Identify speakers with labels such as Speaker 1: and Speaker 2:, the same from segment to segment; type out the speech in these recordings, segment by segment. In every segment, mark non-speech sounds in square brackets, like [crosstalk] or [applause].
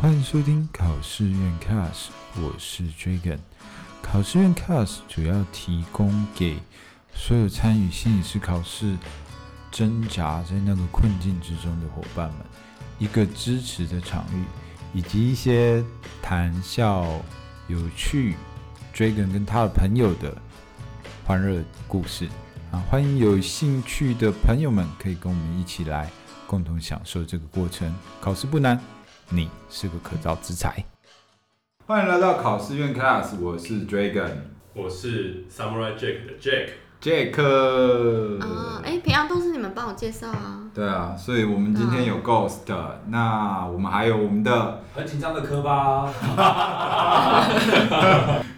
Speaker 1: 欢迎收听考试院 Cast，我是 Dragon。考试院 Cast 主要提供给所有参与心理师考试、挣扎在那个困境之中的伙伴们一个支持的场域，以及一些谈笑有趣 Dragon 跟他的朋友的欢乐故事啊！欢迎有兴趣的朋友们可以跟我们一起来共同享受这个过程。考试不难。你是个可造之才。欢迎来到考试院 Class，我是 Dragon
Speaker 2: 我是 Samurai Jack 的 Jack，
Speaker 1: Jack。
Speaker 3: 啊，哎、平常都是你们帮我介绍啊。
Speaker 1: 对啊，所以我们今天有 Ghost，、那我们还有我们的
Speaker 2: 很紧张的科吧？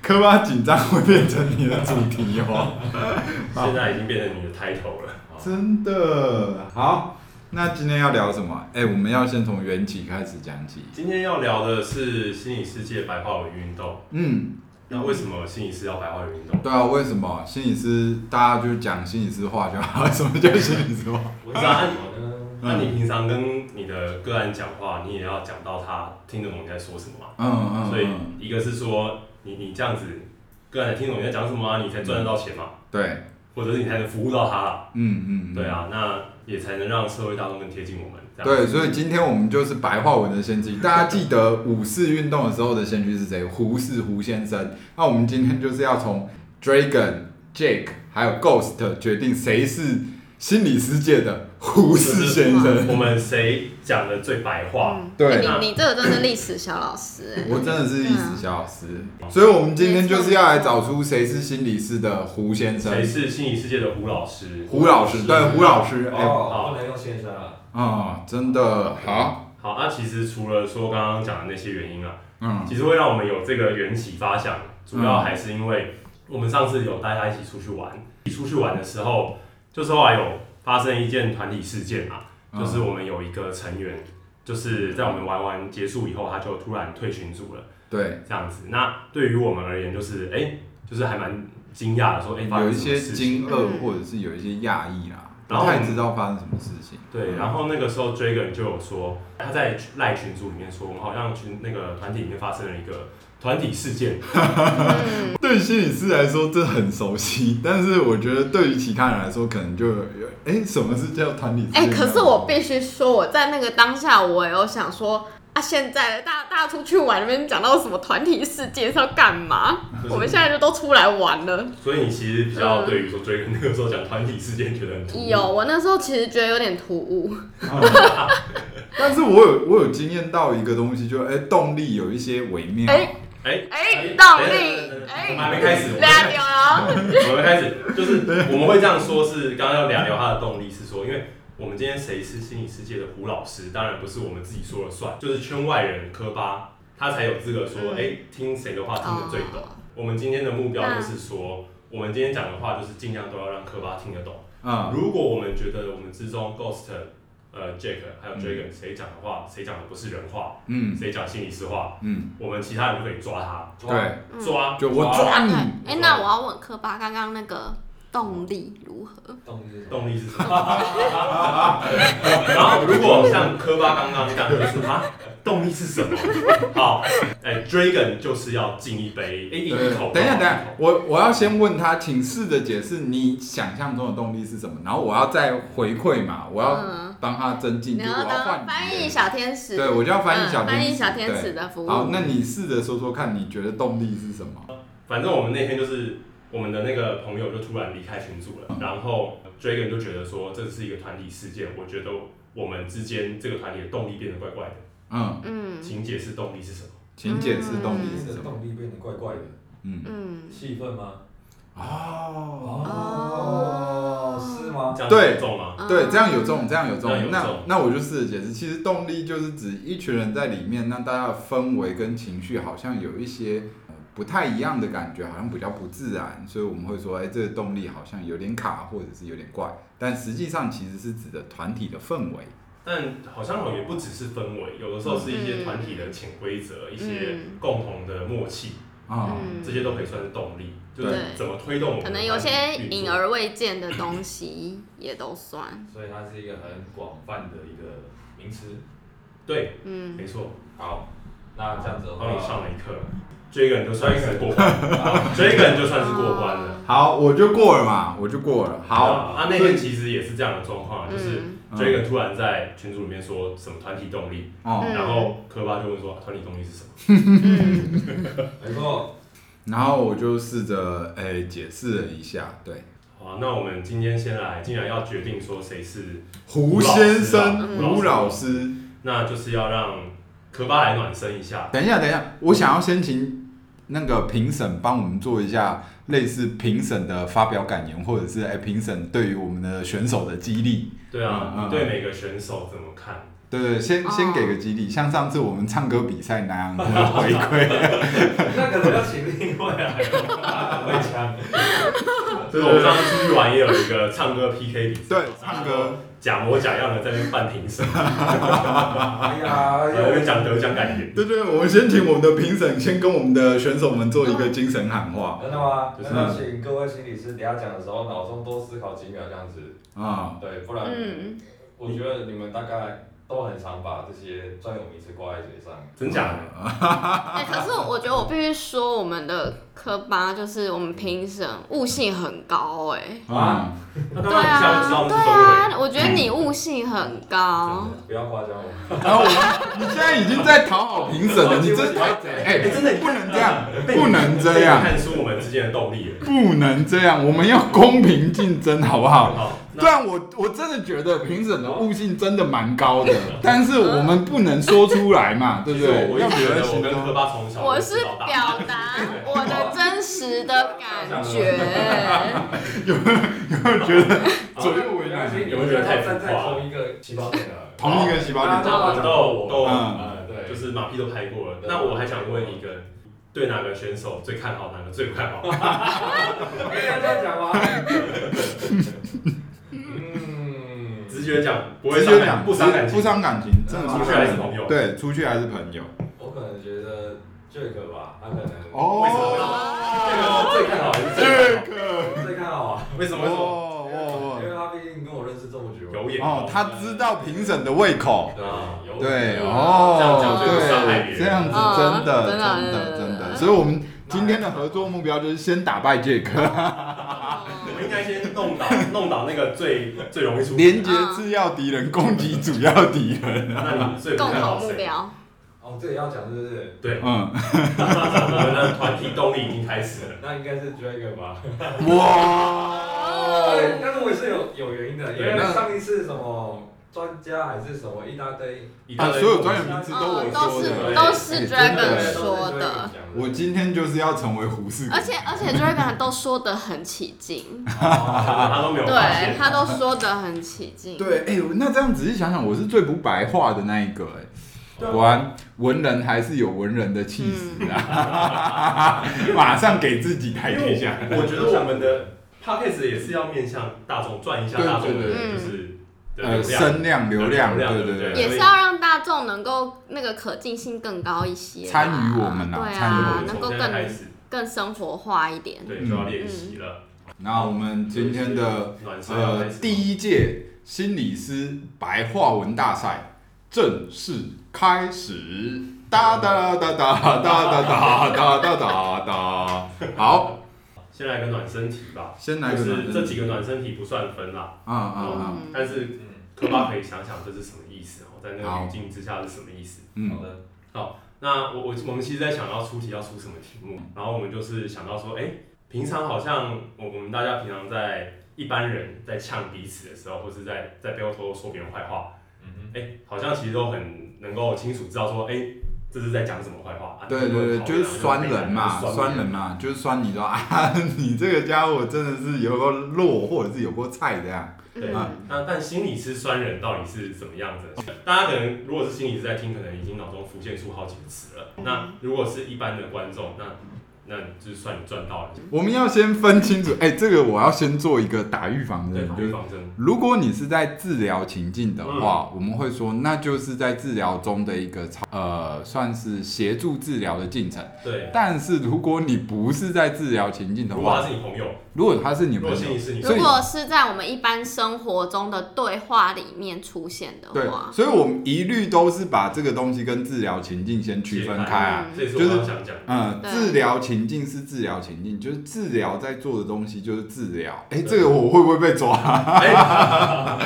Speaker 1: 科巴紧张会变成你的主题哦，
Speaker 2: [laughs] 现在已经变成你的 title 了。
Speaker 1: 真的好。那今天要聊什么？哎、我们要先从缘起开始讲起。
Speaker 2: 今天要聊的是心理世界白话文运动。
Speaker 1: 嗯，
Speaker 2: 那为什么心理师要白话文运动？
Speaker 1: 对啊，为什么心理师大家就讲心理师话就好？什么叫心理师话？
Speaker 2: 我知道，按你呢？那你平常跟你的个案讲话，你也要讲到他听得懂你在说什么嘛？
Speaker 1: 嗯嗯，
Speaker 2: 所以
Speaker 1: 嗯
Speaker 2: 一个是说你你这样子，个案才听懂你在讲什么啊，你才赚得到钱嘛，
Speaker 1: 对，
Speaker 2: 或者是你才能服务到他啦。
Speaker 1: 嗯嗯，嗯
Speaker 2: 对。啊，那也才能让社会大众更贴近我们。这样
Speaker 1: 对，所以今天我们就是白话文的先驱。大家记得五四运动的时候的先驱是谁？胡适胡先生。那我们今天就是要从 Dragon、Jake 还有 Ghost 决定谁是心理世界的胡适先
Speaker 2: 我
Speaker 1: 生。
Speaker 2: 们谁讲的最白话？
Speaker 3: 嗯，
Speaker 1: 哦对
Speaker 3: 哎你你这个真的历史小老师哎、
Speaker 1: 我真的是历史小老师，所以我们今天就是要来找出谁是心理师的胡先生
Speaker 2: 谁。是心理世界的胡老师？
Speaker 1: 胡老师，对胡老师，哎、
Speaker 2: 好
Speaker 4: 哦，不能用先生啊。
Speaker 1: 啊、真的好，
Speaker 2: 好，那、其实除了说刚刚讲的那些原因啊，
Speaker 1: 嗯
Speaker 2: 其实会让我们有这个缘起发想，主要还是因为我们上次有大家一起出去玩，一起出去玩的时候，就是后来有发生一件团体事件啊，
Speaker 1: 嗯
Speaker 2: 就是我们有一个成员，就是在我们玩完结束以后，他就突然退群组了，
Speaker 1: 对，
Speaker 2: 这样子。那对于我们而言，就是哎、就是还蛮惊讶的，说哎、发
Speaker 1: 有
Speaker 2: 生
Speaker 1: 一
Speaker 2: 什么
Speaker 1: 些
Speaker 2: 事
Speaker 1: 惊
Speaker 2: 情
Speaker 1: 愕或者是有一些讶异啦，不
Speaker 2: 然后
Speaker 1: 太知道发生什么事情。
Speaker 2: 对，
Speaker 3: 嗯
Speaker 2: 然后那个时候 Dragon 就有说，他在赖群组里面说，我们好像群那个团体里面发生了一个团体事件，
Speaker 3: 嗯，
Speaker 1: 对心理师来说，这很熟悉，但是我觉得对于其他人来说，可能就有哎、什么是叫团体之
Speaker 3: 哎、
Speaker 1: 间的
Speaker 3: 可是我必须说，我在那个当下，我有想说啊，现在大大家出去玩，那边讲到什么团体世界是要干嘛？
Speaker 2: 就是
Speaker 3: 我们现在就都出来玩了。
Speaker 2: 所以你其实比较对于说 Dragon 那个时候讲团体事件觉得很突兀
Speaker 1: 嗯
Speaker 3: 有，我那时候其实觉得有点突兀。
Speaker 1: 但是我有我有经验到一个东西就，哎动力有一些微妙。
Speaker 3: 哎、
Speaker 2: 哎
Speaker 3: 哎
Speaker 2: 哎，
Speaker 3: 动
Speaker 2: 等
Speaker 3: 力
Speaker 2: 等等等等
Speaker 3: 哎
Speaker 2: 我们还没开始，我们
Speaker 3: 俩丢啊了，
Speaker 2: [laughs] 我们开始就是我们会这样说是，刚刚要聊聊他的动力是说，因为我们今天谁是心理世界的胡老师，当然不是我们自己说了算，就是圈外人科巴他才有资格说，
Speaker 3: 嗯
Speaker 2: 哎、听谁的话听得最懂。
Speaker 3: 哦
Speaker 2: 我们今天的目标就是说，我们今天讲的话就是尽量都要让科巴听得懂。
Speaker 1: 嗯，
Speaker 2: 如果我们觉得我们之中 Ghost、呃 Jack 还有
Speaker 3: 嗯
Speaker 2: Dragon 谁讲的话，谁讲的不是人话，
Speaker 1: 嗯
Speaker 2: 谁讲心理实话，
Speaker 1: 嗯，
Speaker 2: 我们其他人就可以抓他，
Speaker 1: 对，
Speaker 3: 嗯
Speaker 2: 抓
Speaker 1: 就我抓
Speaker 3: 对，
Speaker 1: 你，
Speaker 3: 哎、那我要问科巴刚刚那个动力如何？
Speaker 4: 动力是什么？
Speaker 2: 动力是什么？ [laughs] 然后如果像科巴刚刚讲的就是啊，动力是什 [laughs] 么？好，哎，Dragon 就是要敬一杯，哎，一
Speaker 1: 对
Speaker 2: 口。
Speaker 1: 等一下，等一下，我我要先问他，请试着解释你想象中的动力是什么，然后我要再回馈嘛，我要
Speaker 3: 嗯
Speaker 1: 帮他增进
Speaker 3: 你
Speaker 1: 度，我
Speaker 3: 要
Speaker 1: 要换
Speaker 3: 当
Speaker 1: 语
Speaker 3: 翻
Speaker 1: 言
Speaker 3: 译小天使，
Speaker 1: 对，我就要翻译小天使。
Speaker 3: 嗯翻译小天使
Speaker 1: 对
Speaker 3: 的服务。
Speaker 1: 好，那你试着说说看，你觉得动力是什么？
Speaker 2: 反正我们那天就是我们的那个朋友就突然离开群组了，然后 Dragon 就觉得说这是一个团体事件，我觉得我们之间这个团体的动力变得怪怪的，
Speaker 1: 嗯，
Speaker 3: 嗯
Speaker 2: 请解释动力是什么？
Speaker 1: 请解释动力
Speaker 4: 你
Speaker 1: 是
Speaker 4: 的
Speaker 1: 什么？
Speaker 4: 动力变得怪怪的，
Speaker 1: 嗯，
Speaker 3: 嗯，
Speaker 4: 气氛吗？
Speaker 1: 哦，
Speaker 3: 哦
Speaker 4: 是吗？
Speaker 2: 这样
Speaker 1: 对
Speaker 2: 严重吗？
Speaker 1: 哦对，这样有中，这样有中
Speaker 2: 这样。有
Speaker 1: 那
Speaker 2: 中
Speaker 1: 那我就试着解释，其实动力就是指一群人在里面，那大家的氛围跟情绪好像有一些。呃不太一样的感觉，好像比较不自然，所以我们会说，哎、这个动力好像有点卡，或者是有点怪，但实际上其实是指的团体的氛围。
Speaker 2: 但好像也不只是氛围，有的时候是一
Speaker 1: 嗯
Speaker 2: 些团体的潜规则、一些共同的默契，
Speaker 1: 啊、
Speaker 3: 嗯
Speaker 2: 这些都可以算是动力，就是
Speaker 3: 对
Speaker 2: 怎么推动我们
Speaker 3: 可
Speaker 2: 的团
Speaker 3: 能
Speaker 2: 体运
Speaker 3: 有
Speaker 2: 作。
Speaker 3: 些隐而未见的东西也都算。
Speaker 4: 所以它是一个很广泛的一个名词。
Speaker 2: 对，
Speaker 3: 嗯
Speaker 2: 没错。
Speaker 4: 好，那这样子的话，
Speaker 2: 帮你上了一课，追梗就算是过关，追梗就算是过关了。
Speaker 1: 好，我就过了嘛，我就过了。好，
Speaker 2: 啊，那天其实也是这样的状况，就是
Speaker 3: 哦嗯，
Speaker 2: 追梗突然在群组里面说什么团体动力，
Speaker 1: 哦，
Speaker 3: 嗯
Speaker 2: 然后科巴就问说啊团体动力是什么？
Speaker 3: 嗯，
Speaker 4: 没错，
Speaker 1: 然后我就试着诶解释了一下，对，
Speaker 2: 好啊，那我们今天先
Speaker 3: 嗯
Speaker 2: 来，既然要决定说谁是，
Speaker 1: 胡先生，
Speaker 2: 胡老师啊
Speaker 1: 胡老师，
Speaker 2: 那就是要让科巴来暖身一下。
Speaker 1: 等一下，等一下，我想要先请那个评审帮我们做一下类似评审的发表感言，或者是哎评审对于我们的选手的激励。
Speaker 2: 对啊，
Speaker 1: 嗯
Speaker 2: 你对每个选手怎么看？
Speaker 1: 对对，先
Speaker 3: 哦
Speaker 1: 先给个激励，像上次我们唱歌比赛那样的回馈。
Speaker 4: 那可能要请另外来打会枪，
Speaker 2: 就是我们上次出去玩也有一个唱歌 PK 比赛，
Speaker 1: 对，唱歌。
Speaker 2: 假模假样的在那边
Speaker 1: [laughs]
Speaker 2: 扮评审，
Speaker 4: 哎呀，
Speaker 2: 我跟你讲得奖感言，
Speaker 1: 对对，我们先请我们的评审先跟我们的选手们做一个精神喊话
Speaker 4: 真的吗？
Speaker 2: 就是
Speaker 4: 那请各位心理师，等一下讲的时候脑中多思考几秒这样子，
Speaker 1: 啊、
Speaker 4: 对，不然
Speaker 3: 嗯，
Speaker 4: 我觉得你们大概都很常把这些专有名词挂在嘴上。
Speaker 2: 真假的？
Speaker 3: 哎、可是我觉得我必须说，我们的科巴就是我们评审悟性很高、哎，
Speaker 1: 啊
Speaker 4: 啊！
Speaker 2: 那
Speaker 3: 对
Speaker 2: 当然一下就知道我
Speaker 3: 啊，对
Speaker 2: 们是中文。
Speaker 3: 啊，我觉得你悟性很高，
Speaker 4: 不要夸奖我，
Speaker 1: 然后我们，你现在已经在讨好评审了，你这哎、
Speaker 2: 哎，真的
Speaker 1: 不能这样，不能这样
Speaker 2: 被你看出我们之间的动力了。
Speaker 1: 不能这样，我们要公平竞争，好不好？
Speaker 2: 好，
Speaker 1: 虽
Speaker 2: 那
Speaker 1: 然我我真的觉得评审的悟性真的蛮高的，但是我们不能说出来嘛，对
Speaker 2: 其
Speaker 1: 不啊
Speaker 2: 实
Speaker 1: 对？
Speaker 2: 我我
Speaker 1: 要
Speaker 2: 一
Speaker 1: 留在
Speaker 2: 直觉得我
Speaker 1: 心
Speaker 2: 跟科
Speaker 1: 中。
Speaker 2: 巴从小
Speaker 3: 我是
Speaker 2: 到大，
Speaker 3: 表达我的真实的感觉，
Speaker 2: 啊
Speaker 1: 左右为难
Speaker 4: 你
Speaker 2: 有没有觉得太浮夸
Speaker 4: 站在同一个起跑点
Speaker 2: [laughs]
Speaker 4: 了？
Speaker 1: 同一个细胞
Speaker 4: 大家
Speaker 1: 里，
Speaker 4: 都好
Speaker 2: 都有都有
Speaker 1: 嗯
Speaker 4: 啊，对，
Speaker 2: 就是马屁都拍过了。那我还想问一个，对哪个选手最看好，哪个最不看好？
Speaker 1: 哦
Speaker 4: [laughs] 可以这样讲吗？嗯，
Speaker 2: 直觉讲，不会
Speaker 1: 直
Speaker 2: 伤
Speaker 1: 接
Speaker 2: 感，
Speaker 1: 讲
Speaker 2: 不伤感情
Speaker 1: 不。伤感情，真的
Speaker 2: 出
Speaker 1: 不
Speaker 2: 去
Speaker 1: 伤
Speaker 2: 还
Speaker 1: 感
Speaker 2: 是
Speaker 1: 情。
Speaker 2: 朋友。
Speaker 1: 对，出去还是朋友。
Speaker 4: 我可能觉得 Jack 吧，他可能
Speaker 1: 哦
Speaker 2: 为什么
Speaker 4: 这个最看好还是
Speaker 1: 这
Speaker 4: 最
Speaker 1: 个，
Speaker 4: 最看好啊，
Speaker 2: 为什么？为什么？
Speaker 1: 哦
Speaker 4: 因为
Speaker 1: 哦
Speaker 4: 他毕竟跟我认识这么久，
Speaker 2: 有眼光
Speaker 1: 哦，他知道评审的胃口。
Speaker 4: 对
Speaker 2: 啊
Speaker 4: 有
Speaker 1: 对
Speaker 2: 这样讲
Speaker 1: 哦，
Speaker 2: 就不伤害别
Speaker 1: 对，
Speaker 2: 人
Speaker 1: 这样子
Speaker 3: 嗯
Speaker 1: 真的
Speaker 3: 真的
Speaker 1: 真的
Speaker 3: 真的
Speaker 1: 真
Speaker 3: 真
Speaker 1: 的，
Speaker 3: 的
Speaker 1: 所以我们今天的合作目标就是先打败杰克，
Speaker 3: 哦
Speaker 2: 我们应该先弄倒弄倒那个最最容易出
Speaker 1: 连接次要敌人，攻击主要敌人。
Speaker 2: 那你最不
Speaker 3: 共
Speaker 2: 看好
Speaker 3: 同目
Speaker 2: 谁？
Speaker 3: [laughs] 标，
Speaker 4: 哦，这也要讲是不是？
Speaker 2: 对，
Speaker 1: 嗯， [laughs]
Speaker 2: 我们的团体动力已经开始了。
Speaker 4: 那应该是 Jack 吧？
Speaker 1: 嗯哇，
Speaker 4: 对，但是我也是有有原因的，因
Speaker 2: 对
Speaker 4: 为
Speaker 1: 呃那
Speaker 4: 上一次什么专家还是什么一大堆，
Speaker 2: 一大
Speaker 1: 啊，
Speaker 2: 堆
Speaker 1: 所有专有名词都我
Speaker 3: 嗯，
Speaker 1: 说
Speaker 3: 都
Speaker 1: 的，
Speaker 3: 是
Speaker 2: 对
Speaker 3: 都
Speaker 1: 哎
Speaker 3: 是
Speaker 1: 真的
Speaker 3: Dragon 说的，
Speaker 1: 我今天就是要成为胡适。
Speaker 3: 而且而且 Dragon 都说的很起劲，
Speaker 1: [laughs]
Speaker 2: 他都没有发现
Speaker 3: 对。他都说的很起劲，
Speaker 1: 对，哎、那这样仔细想想，我是最不白话的那一个、
Speaker 2: 啊
Speaker 1: 哎，果然文人还是有文人的气势啊！ [laughs] 马上给自己台
Speaker 2: 因
Speaker 1: 阶
Speaker 2: 为
Speaker 1: 下。
Speaker 2: 我我觉得我们的 podcast 也是要面向大众赚一下大众
Speaker 1: 对
Speaker 2: 的
Speaker 3: 对对
Speaker 2: 就是的
Speaker 1: 呃，
Speaker 2: 流量。
Speaker 1: 声量、流量，
Speaker 2: 流量
Speaker 1: 对
Speaker 2: 对
Speaker 1: 对
Speaker 2: 不
Speaker 1: 对，
Speaker 2: 对
Speaker 3: 也是要让大众能够那个可进性更高一些啦，
Speaker 1: 参与我们啊
Speaker 3: 对
Speaker 1: 参与我
Speaker 3: 啊
Speaker 1: 们，
Speaker 3: 能够
Speaker 2: 从现在开
Speaker 3: 更
Speaker 2: 始，
Speaker 3: 更生活化一点，
Speaker 2: 对，就要练习了。
Speaker 1: 那我们嗯今天的
Speaker 2: 暖身要
Speaker 1: 呃
Speaker 2: 开始
Speaker 1: 第一届心理师白话文大赛正式开始，哒哒哒哒哒哒哒哒哒哒哒。好，
Speaker 2: 先来个暖身题吧，
Speaker 1: 先来个
Speaker 2: 就是这
Speaker 1: 暖
Speaker 2: 几个暖身题不算分啦，
Speaker 1: 啊啊啊，
Speaker 3: 嗯
Speaker 2: 但是
Speaker 4: 嗯，
Speaker 2: 科巴可以想想这是什么意思哦，在那个语境之下是什么意思。
Speaker 1: 嗯
Speaker 4: 好的，
Speaker 2: 那我我我们其实在想要出题要出什么题目，
Speaker 1: 嗯
Speaker 2: 然后我们就是想到说，哎、平常好像我我们大家平常在一般人在呛彼此的时候，或是在在背后偷偷说别人坏话，
Speaker 4: 嗯
Speaker 2: 哎、好像其实都很能够清楚知道说，哎、这是在讲什么坏话。啊、
Speaker 1: 对对对，就是酸人嘛，酸
Speaker 2: 酸
Speaker 1: 人嘛，就是酸你说啊，你这个家伙真的是有过弱，或者是有过菜这样。
Speaker 2: 对
Speaker 1: 啊
Speaker 3: 嗯，
Speaker 2: 那但心理是酸人到底是怎么样子？大家可能如果是心理师在听，可能已经脑中浮现出好几个词了。那如果是一般的观众，那那你就算你赚到了。
Speaker 1: 我们要先分清楚，哎、这个我要先做一个打预防
Speaker 2: 对，
Speaker 1: 针，
Speaker 2: 打
Speaker 1: 就
Speaker 2: 预
Speaker 1: 是
Speaker 2: 防针。
Speaker 1: 如果你是在治疗情境的
Speaker 2: 嗯
Speaker 1: 话，我们会说那就是在治疗中的一个操呃，算是协助治疗的进程。
Speaker 2: 对，
Speaker 1: 但是如果你不是在治疗情境的
Speaker 2: 如果他
Speaker 1: 话，
Speaker 2: 是你朋友，
Speaker 1: 如果他是你
Speaker 2: 如
Speaker 1: 朋
Speaker 2: 果心
Speaker 1: 友
Speaker 2: 理，是你
Speaker 1: 所
Speaker 3: 如
Speaker 1: 以
Speaker 3: 果是在我们一般生活中的对话里面出现的
Speaker 1: 对
Speaker 3: 话，，
Speaker 1: 所以我们一律都是把这个东西跟治疗情境先区分开啊。
Speaker 2: 这也是我刚刚想讲的。
Speaker 1: 嗯，
Speaker 3: 对
Speaker 1: 治疗情境是治疗情境，就是治疗在做的东西就是治疗。哎、
Speaker 2: 对
Speaker 1: 这个我会不会被抓？
Speaker 2: 哎，要抓
Speaker 1: [laughs]
Speaker 2: 了吗？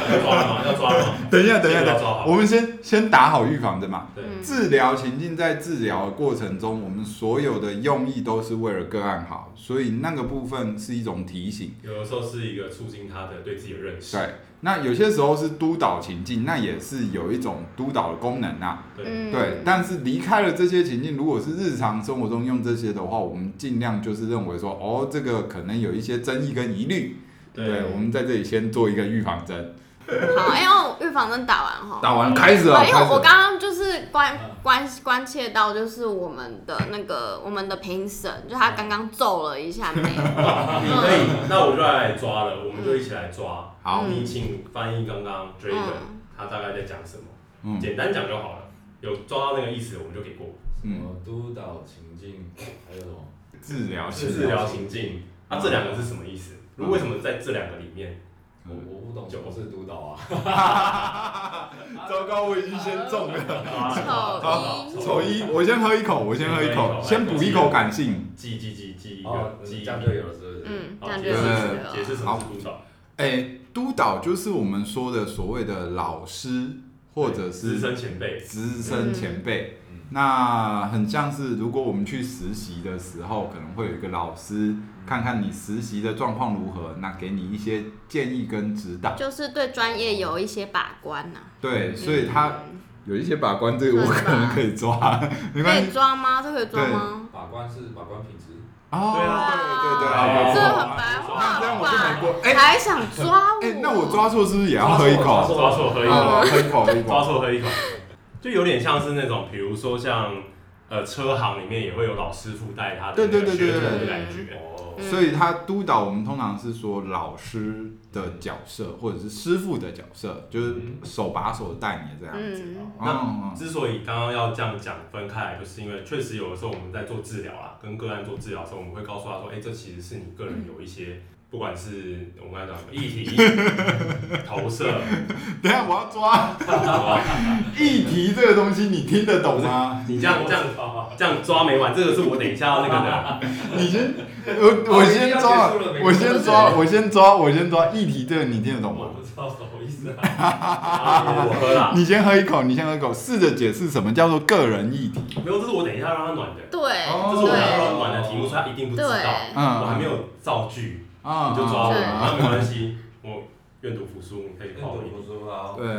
Speaker 2: 要抓了吗？
Speaker 1: 等一下，等一下，
Speaker 2: 这个
Speaker 1: 等
Speaker 2: 要
Speaker 1: 一
Speaker 2: 抓
Speaker 1: 下，
Speaker 2: 好
Speaker 1: 我们先先打好预防针嘛。
Speaker 2: 对
Speaker 3: 嗯
Speaker 1: 治疗情境在治疗的过程中，我们所有的用意都是为了个案好，所以那个部分是一种提醒。
Speaker 2: 有的时候是一个促进他的对自己的认识。
Speaker 1: 对，那有些时候是督导情境，那也是有一种督导的功能啊。
Speaker 2: 对，
Speaker 3: 嗯，
Speaker 1: 对，但是离开了这些情境，如果是日常生活中用这些的话，我们尽量就是认为说，哦，这个可能有一些争议跟疑虑。
Speaker 2: 对
Speaker 1: 对，我们在这里先做一个预防针。
Speaker 3: 好，哎、哦，预防针打完哈。
Speaker 1: 打完开始了，
Speaker 3: 啊因为
Speaker 1: 开始
Speaker 3: 我
Speaker 1: 了。
Speaker 3: 刚刚就是关关关切到，就是我们的那个我们的评审，就他刚刚皱了一下眉，
Speaker 1: 嗯
Speaker 2: 你可以，那我就来抓了，我们就一起来抓。
Speaker 1: 好，嗯
Speaker 2: 你请翻译刚刚 Dragon
Speaker 3: 嗯，
Speaker 2: 他大概在讲什么，
Speaker 1: 嗯哦
Speaker 2: 简单讲就好了。有抓到那个意思，我们就给过。
Speaker 4: 什
Speaker 1: 嗯
Speaker 4: 么督导情境，还有什么？
Speaker 1: 治疗情
Speaker 2: 治疗情境，啊，
Speaker 1: 嗯
Speaker 2: 这两个是什么意思？如为什么在这两个里面？
Speaker 4: 我我不懂什么是督导啊。
Speaker 1: 糟糕，我已经先中了。
Speaker 3: 丑一，
Speaker 1: 丑一，我先喝一口，我先喝一口，先补一口感性。
Speaker 2: 记记记记一个
Speaker 4: 哦，，
Speaker 2: 记一
Speaker 4: 这样就
Speaker 2: 个。
Speaker 4: 有了，是不是？
Speaker 3: 嗯，这
Speaker 2: 好，
Speaker 3: 样
Speaker 2: 解
Speaker 3: 就
Speaker 2: 释
Speaker 3: 是
Speaker 1: 对
Speaker 3: 了
Speaker 2: 解释什么是督导，
Speaker 1: 哎、督导就是我们说的所谓的老师或者
Speaker 2: 资
Speaker 1: 是
Speaker 2: 深前辈。
Speaker 1: 资深前辈。
Speaker 4: 嗯
Speaker 1: 那很像是，如果我们去实习的时候，可能会有一个老师看看你实习的状况如何，那给你一些建议跟指导。
Speaker 3: 就是对专业有一些把关呐、
Speaker 1: 对，所以他
Speaker 3: 嗯
Speaker 1: 有一些把关，这个我可能可以抓，没
Speaker 3: 可
Speaker 1: 关系
Speaker 3: 以。抓吗？这可以抓吗？
Speaker 4: 把关是把关品质，
Speaker 1: 哦，
Speaker 2: 对啊
Speaker 1: 对对对，
Speaker 2: 啊
Speaker 1: 好
Speaker 3: 这
Speaker 1: 好
Speaker 3: 很
Speaker 1: 好
Speaker 3: 白
Speaker 1: 那
Speaker 3: 话
Speaker 1: 这样我就没
Speaker 3: 吧？
Speaker 1: 过。哎、
Speaker 3: 还想抓我？
Speaker 1: 哎、那我抓错是不是也要喝一口？
Speaker 4: 抓错
Speaker 2: 抓
Speaker 3: 啊
Speaker 2: 错喝一口，
Speaker 1: 哦，喝一口，喝一
Speaker 2: 抓 [laughs]
Speaker 1: 口。
Speaker 2: 错喝一口，就有点像是那种，比如说像呃车行里面也会有老师傅带他的
Speaker 1: 对对
Speaker 2: 那个
Speaker 1: 对
Speaker 2: 学徒
Speaker 1: 对
Speaker 2: 的
Speaker 3: 对
Speaker 2: 感觉。哦，
Speaker 3: 嗯
Speaker 1: 所以他督导我们通常是说老师的角色，或者是师傅的角色，就是手把手带你这样。
Speaker 3: 嗯，
Speaker 1: 嗯嗯
Speaker 2: 之所以刚刚要这样讲分开来，就是因为确实有的时候我们在做治疗啦，跟个案做治疗的时候，我们会告诉他说，哎、这其实是你个人有一些，不管是我们刚才讲什么议题、
Speaker 1: [laughs]
Speaker 2: 投射，
Speaker 1: 等一下我要抓 [laughs]
Speaker 2: 好吧
Speaker 1: 议题这个东西，你听得懂吗？
Speaker 2: 你这样这样这样抓没完，这个是我等一下要那
Speaker 1: [laughs]
Speaker 2: 个的。
Speaker 1: 你先，我我先抓，我先抓，我先抓，我先抓议题这个你听得懂
Speaker 4: 我
Speaker 1: 吗？
Speaker 4: 不知道什么意思啊。
Speaker 2: 啊我喝啦，
Speaker 1: 你先喝一口，你先喝一口，试着解释什么叫做个人议题。
Speaker 2: 没有，这是我等一下让他暖的，
Speaker 3: 对，
Speaker 1: 哦
Speaker 2: 这是我
Speaker 1: 想
Speaker 2: 等一下
Speaker 3: 对
Speaker 2: 让他暖的题目，所以他一定不知道。
Speaker 3: 对，
Speaker 1: 嗯，
Speaker 2: 我还没有造句，
Speaker 1: 啊，
Speaker 2: 你就抓我，
Speaker 3: 对
Speaker 2: 那没关系，我愿赌服输，你可以
Speaker 4: 阅
Speaker 2: 夸我一
Speaker 4: 读
Speaker 2: 点。
Speaker 4: 书啊，
Speaker 1: 对，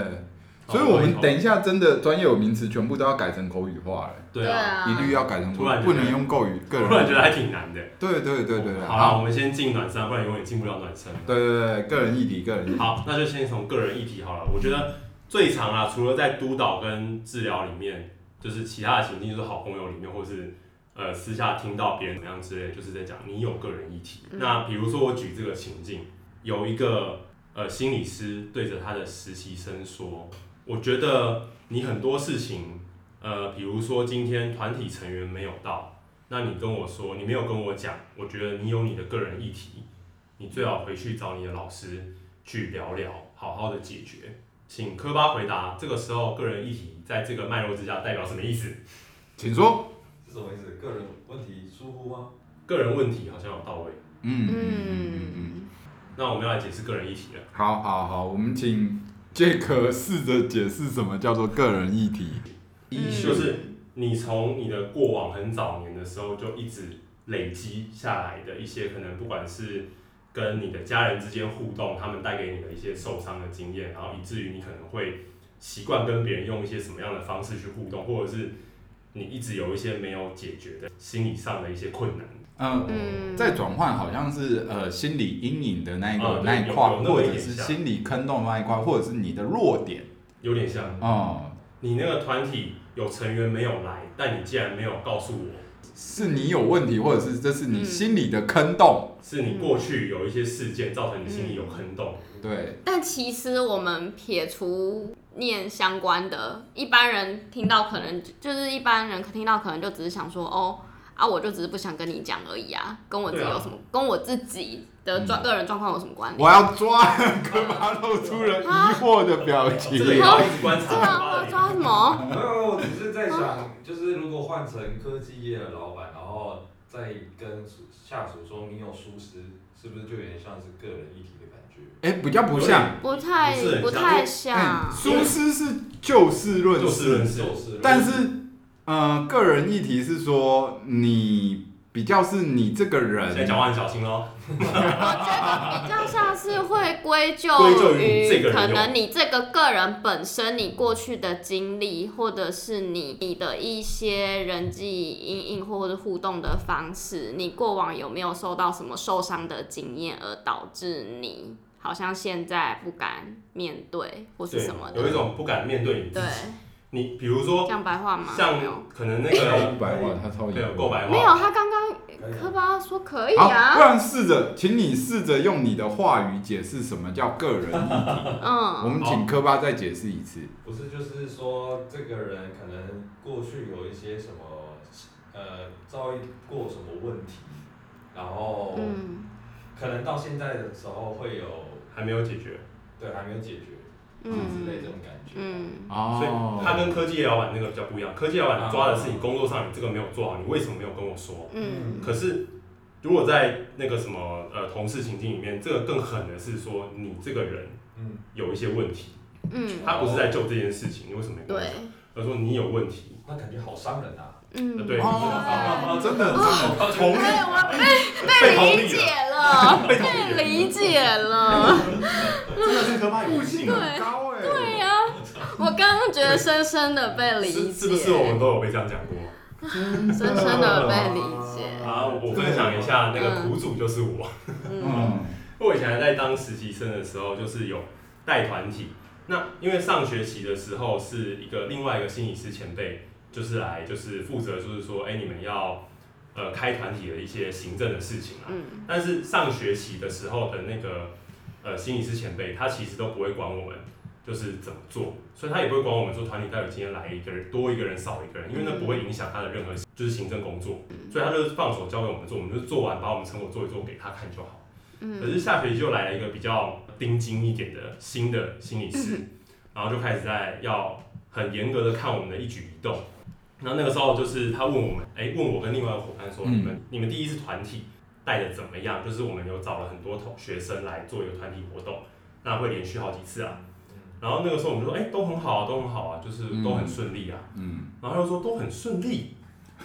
Speaker 2: 好
Speaker 1: 所以我们等一下真的专业有名词全部都要改成口语化了，
Speaker 2: 对啊，
Speaker 3: 啊，
Speaker 1: 一律要改成口
Speaker 2: 突然
Speaker 1: 语，
Speaker 2: 觉
Speaker 1: 不
Speaker 2: 得
Speaker 1: 能用口语，个
Speaker 2: 突然
Speaker 1: 人。
Speaker 2: 觉得还挺难的。
Speaker 1: 对对对对对，
Speaker 2: 好了，我，们先进暖身，不然永远进不了暖身。
Speaker 1: 对对对，个人议题，个人议题。
Speaker 2: 好，那就先从个人议题好了。我觉得最常啊，除了在督导跟治疗里面，就是其他的情境，就是好朋友里面，或是呃私下听到别人怎么样之类，就是在讲你有个人议题。
Speaker 3: 嗯
Speaker 2: 那比如说我举这个情境，有一个呃心理师对着他的实习生说：“我觉得你很多事情，呃，比如说今天团体成员没有到，那你跟我说你没有跟我讲，我觉得你有你的个人议题，你最好回去找你的老师。”去聊聊，好好的解决。请科巴回答，这个时候个人议题在这个脉络之下代表什么意思？
Speaker 1: 请说。
Speaker 4: 是什么意思？个人问题疏忽吗？
Speaker 2: 个人问题好像有到位，
Speaker 1: 嗯嗯嗯嗯嗯，
Speaker 3: 嗯，
Speaker 2: 那我们要来解释个人议题了。
Speaker 1: 好好好，我们请 Jack 试着解释什么叫做个人议题。
Speaker 3: 嗯
Speaker 2: 就是你从你的过往很早年的时候就一直累积下来的一些可能，不管是跟你的家人之间互动，他们带给你的一些受伤的经验，然后以至于你可能会习惯跟别人用一些什么样的方式去互动，或者是你一直有一些没有解决的心理上的一些困难。
Speaker 1: 嗯，
Speaker 3: 嗯，
Speaker 1: 再转换好像是呃心理阴影的那一个
Speaker 2: 哦对
Speaker 1: 那一
Speaker 2: 有
Speaker 1: 块，
Speaker 2: 有那么
Speaker 1: 或
Speaker 2: 一
Speaker 1: 者
Speaker 2: 点
Speaker 1: 是
Speaker 2: 像
Speaker 1: 心理坑洞那一块，或者是你的弱点。
Speaker 2: 有点像
Speaker 1: 哦，
Speaker 2: 你那个团体有成员没有来，但你竟然没有告诉我，
Speaker 1: 是你有问题，或者是这是你心里的坑洞。
Speaker 2: 是你过去有一些事件造成你心里有坑洞，
Speaker 1: 对，
Speaker 3: 但其实我们撇除念相关的，一般人听到可能就是一般人听到可能就只是想说哦啊，我就只是不想跟你讲而已啊，跟我自己
Speaker 2: 对啊
Speaker 3: 有什么，跟我自己的状、个人状况有什么关
Speaker 1: 我
Speaker 3: 联？
Speaker 1: 要抓，干嘛露出了疑惑的表情
Speaker 2: 这？个也要一直观察
Speaker 3: 对啊，我
Speaker 2: 他
Speaker 3: 抓什么？
Speaker 4: 没有，我只是在想，就是如果换成科技业的老板，然后再跟属下属说你有疏失，是不是就有点像是个人议题的感觉？
Speaker 1: 哎、比较不像。
Speaker 3: 不太
Speaker 2: 不是很
Speaker 3: 不
Speaker 2: 像
Speaker 3: 太哎
Speaker 1: 嗯
Speaker 3: 像，，
Speaker 1: 苏斯是就事论
Speaker 2: 就事论事
Speaker 4: 就是，
Speaker 1: 但是，呃，个人议题是说你比较是你这个
Speaker 2: 现在
Speaker 1: 人，
Speaker 2: 讲话很小心哦，
Speaker 3: 比较像是会归咎
Speaker 2: 归咎于这个人
Speaker 3: 可
Speaker 2: 有
Speaker 3: 能你这个个人本身你过去的经历，或者是你你的一些人际应应或者互动的方式，你过往有没有受到什么受伤的经验，而导致你好像现在不敢面对或是
Speaker 2: 对
Speaker 3: 什么，的？
Speaker 2: 有一种不敢面对你自
Speaker 3: 对
Speaker 2: 己。，你比如说
Speaker 3: 讲白话吗？没有
Speaker 2: 像可能那个
Speaker 1: 白话，他超
Speaker 2: 没有够白话，
Speaker 3: 没有，他刚刚
Speaker 4: 可以
Speaker 3: 科巴说可以
Speaker 1: 好，
Speaker 3: 啊
Speaker 1: 不，然试着，请你试着用你的话语解释什么叫个人议题。
Speaker 3: [laughs]
Speaker 1: 我
Speaker 3: 嗯，
Speaker 1: 们请科巴再解释一次。
Speaker 4: 不是就是说这个人可能过去有一些什么呃遭遇过什么问题，然后
Speaker 3: 嗯
Speaker 4: 可能到现在的时候会有
Speaker 2: 还没有解决，
Speaker 4: 对还没有解决之类
Speaker 3: 嗯
Speaker 4: 这种感觉。
Speaker 3: 嗯，
Speaker 2: 所
Speaker 1: 哦
Speaker 2: 以他跟科技老板那个比较不一样。科技老板抓的是你工作上你这个没有做好，你为什么没有跟我说？
Speaker 3: 嗯，
Speaker 2: 可是如果在那个什么呃同事情境里面，这个更狠的是说你这个人
Speaker 4: 嗯，
Speaker 2: 有一些问题，
Speaker 3: 嗯，
Speaker 2: 他不是在就这件事情，你为什么没跟我
Speaker 3: 对
Speaker 2: 讲？，他说你有问题，
Speaker 4: 那感觉好伤人啊！
Speaker 3: 嗯，
Speaker 2: 对
Speaker 1: 哦，真的，真的，
Speaker 2: 同
Speaker 3: 对，
Speaker 2: 理
Speaker 3: 我被
Speaker 2: 被同
Speaker 3: 理
Speaker 2: 理
Speaker 3: 解
Speaker 2: 了，
Speaker 3: 了，
Speaker 2: 被同
Speaker 3: 被
Speaker 2: 理了，
Speaker 3: 理解了。
Speaker 2: 真的是科派不信啊，
Speaker 3: 对
Speaker 1: 高哎，
Speaker 3: 哦对呀、我刚刚觉得深深的被理解，
Speaker 2: 是是不是我们都有被这样讲过？
Speaker 1: 真
Speaker 3: 深深的被理解？
Speaker 2: 啊，我分享一下那个苦主就是我。 [laughs]
Speaker 3: 嗯
Speaker 1: 嗯，
Speaker 2: 我以前还在当实习生的时候，就是有带团体。那因为上学期的时候是一个另外一个心理师前辈，就是来就是负责就是说，哎、你们要呃开团体的一些行政的事情啊。
Speaker 3: 嗯
Speaker 2: 但是上学期的时候的那个呃心理师前辈，他其实都不会管我们就是怎么做，所以他也不会管我们说团体到底今天来一个人多一个人少一个人，因为那不会影响他的任何就是行政工作，所以他就是放手交给我们做，我们就做完把我们成果做一做给他看就好。可
Speaker 3: 嗯
Speaker 2: 是下学期就来了一个比较盯紧一点的新的心理师，然后就开始在要很严格的看我们的一举一动。然后那个时候就是他问我们，哎、问我跟另外一个伙伴说，
Speaker 1: 嗯
Speaker 2: 你们你们第一次团体带的怎么样？就是我们有找了很多同学生来做一个团体活动，那会连续好几次啊。
Speaker 1: 嗯
Speaker 2: 然后那个时候我们就说，哎、都很好啊，都很好啊，就是都很顺利啊。
Speaker 1: 嗯， [laughs]
Speaker 2: 然后他就说都很顺利，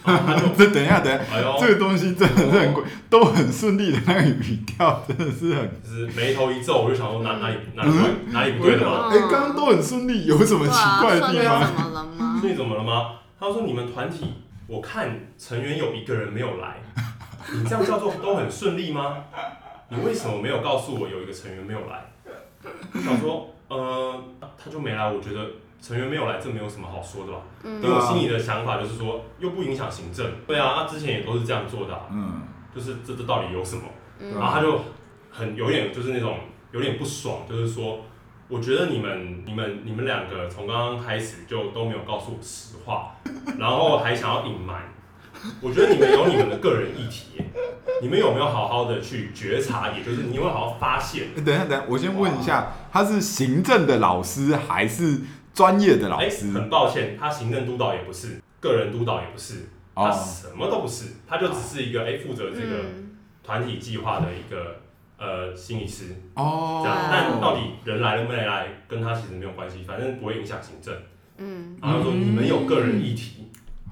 Speaker 2: 然后他就
Speaker 1: 这等一下，等一下，
Speaker 2: 哎呦，
Speaker 1: [laughs] 这个东西真的是很贵，都很顺利的那个语调 [laughs] 真的是很，
Speaker 2: 就是眉头一皱，我就想说哪哪里哪里不对哪里不对了吗？
Speaker 3: 哦
Speaker 1: 哎，刚刚都很顺利，有什么
Speaker 3: 对
Speaker 1: 奇
Speaker 3: 啊，
Speaker 1: 怪的
Speaker 3: 顺
Speaker 1: 地
Speaker 3: 便
Speaker 1: 方？
Speaker 3: 怎么了
Speaker 2: [laughs]
Speaker 3: 吗？
Speaker 2: 所以怎么了吗？他说你们团体，我看成员有一个人没有来，你这样叫做都很顺利吗？你为什么没有告诉我有一个成员没有来？我想说，呃，他就没来，我觉得成员没有来，这没有什么好说的吧？因为
Speaker 3: 嗯
Speaker 2: 我心里的想法就是说，又不影响行政。对啊，他之前也都是这样做的、啊，
Speaker 1: 嗯，
Speaker 2: 就是这这到底有什么？然
Speaker 3: 嗯
Speaker 2: 后他就很有点就是那种有点不爽，就是说，我觉得你们你们你们两个从刚刚开始就都没有告诉我实话，然后还想要隐瞒，我觉得你们有你们的个人议题，你们有没有好好的去觉察，也就是你有没有好好发现？
Speaker 1: 哎等一下，等一下，我先问一下，他是行政的老师还是专业的老
Speaker 2: 哎，
Speaker 1: 师？
Speaker 2: 很抱歉，他行政督导也不是，个人督导也不是，他
Speaker 1: 哦
Speaker 2: 什么都不是，他就只是一个哎负责这个
Speaker 3: 嗯
Speaker 2: 团体计划的一个呃心理师。
Speaker 1: 哦
Speaker 2: 这样，但到底人来了没来，跟他其实没有关系，反正不会影响行政。
Speaker 3: 嗯
Speaker 2: 然后说你们有个人议题，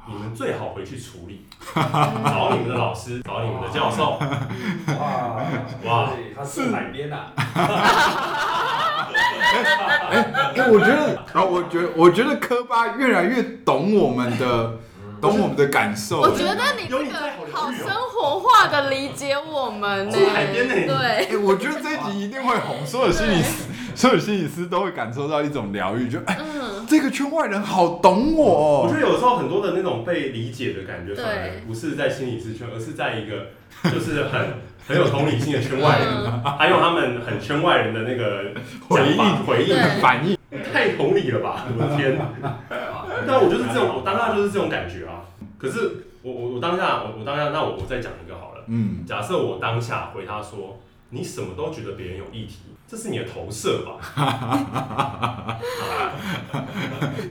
Speaker 2: 你们最好回去处理，
Speaker 3: 嗯
Speaker 2: [laughs] 找你们的老师，找你们的教授。
Speaker 4: 哇
Speaker 2: 哇
Speaker 4: 所以他是海边啊，
Speaker 1: 哎、我觉得，啊，我觉得，我觉得科巴越来越懂我们的懂我们的感受。
Speaker 3: 我觉得你这
Speaker 2: 有你在好疗
Speaker 3: 个
Speaker 2: 愈哦
Speaker 3: 好生活化的理解我们呢、
Speaker 2: 住海边呢
Speaker 3: 嗯对，
Speaker 1: 哎、我觉得这一集一定会红，所有心理师，所有心理师都会感受到一种疗愈，就哎、
Speaker 3: 嗯，
Speaker 1: 这个圈外人好懂我、
Speaker 2: 我觉
Speaker 1: 哦。
Speaker 2: 得有时候很多的那种被理解的感觉，
Speaker 3: 对
Speaker 2: 反而不是在心理咨询，而是在一个就是很 [laughs] 很有同理心的圈外
Speaker 3: 嗯
Speaker 2: 人，还有他们很圈外人的那个
Speaker 1: 回
Speaker 2: 讲法
Speaker 1: 应
Speaker 2: 回应，
Speaker 3: 对
Speaker 1: 反应，
Speaker 2: 太同理了吧！我的天，对啊，我就是这种，我当下就是这种感觉啊。可是我我我当下我我当下，那我我再讲一个好了。
Speaker 1: 嗯，
Speaker 2: 假设我当下回他说，你什么都觉得别人有议题，这是你的投射吧？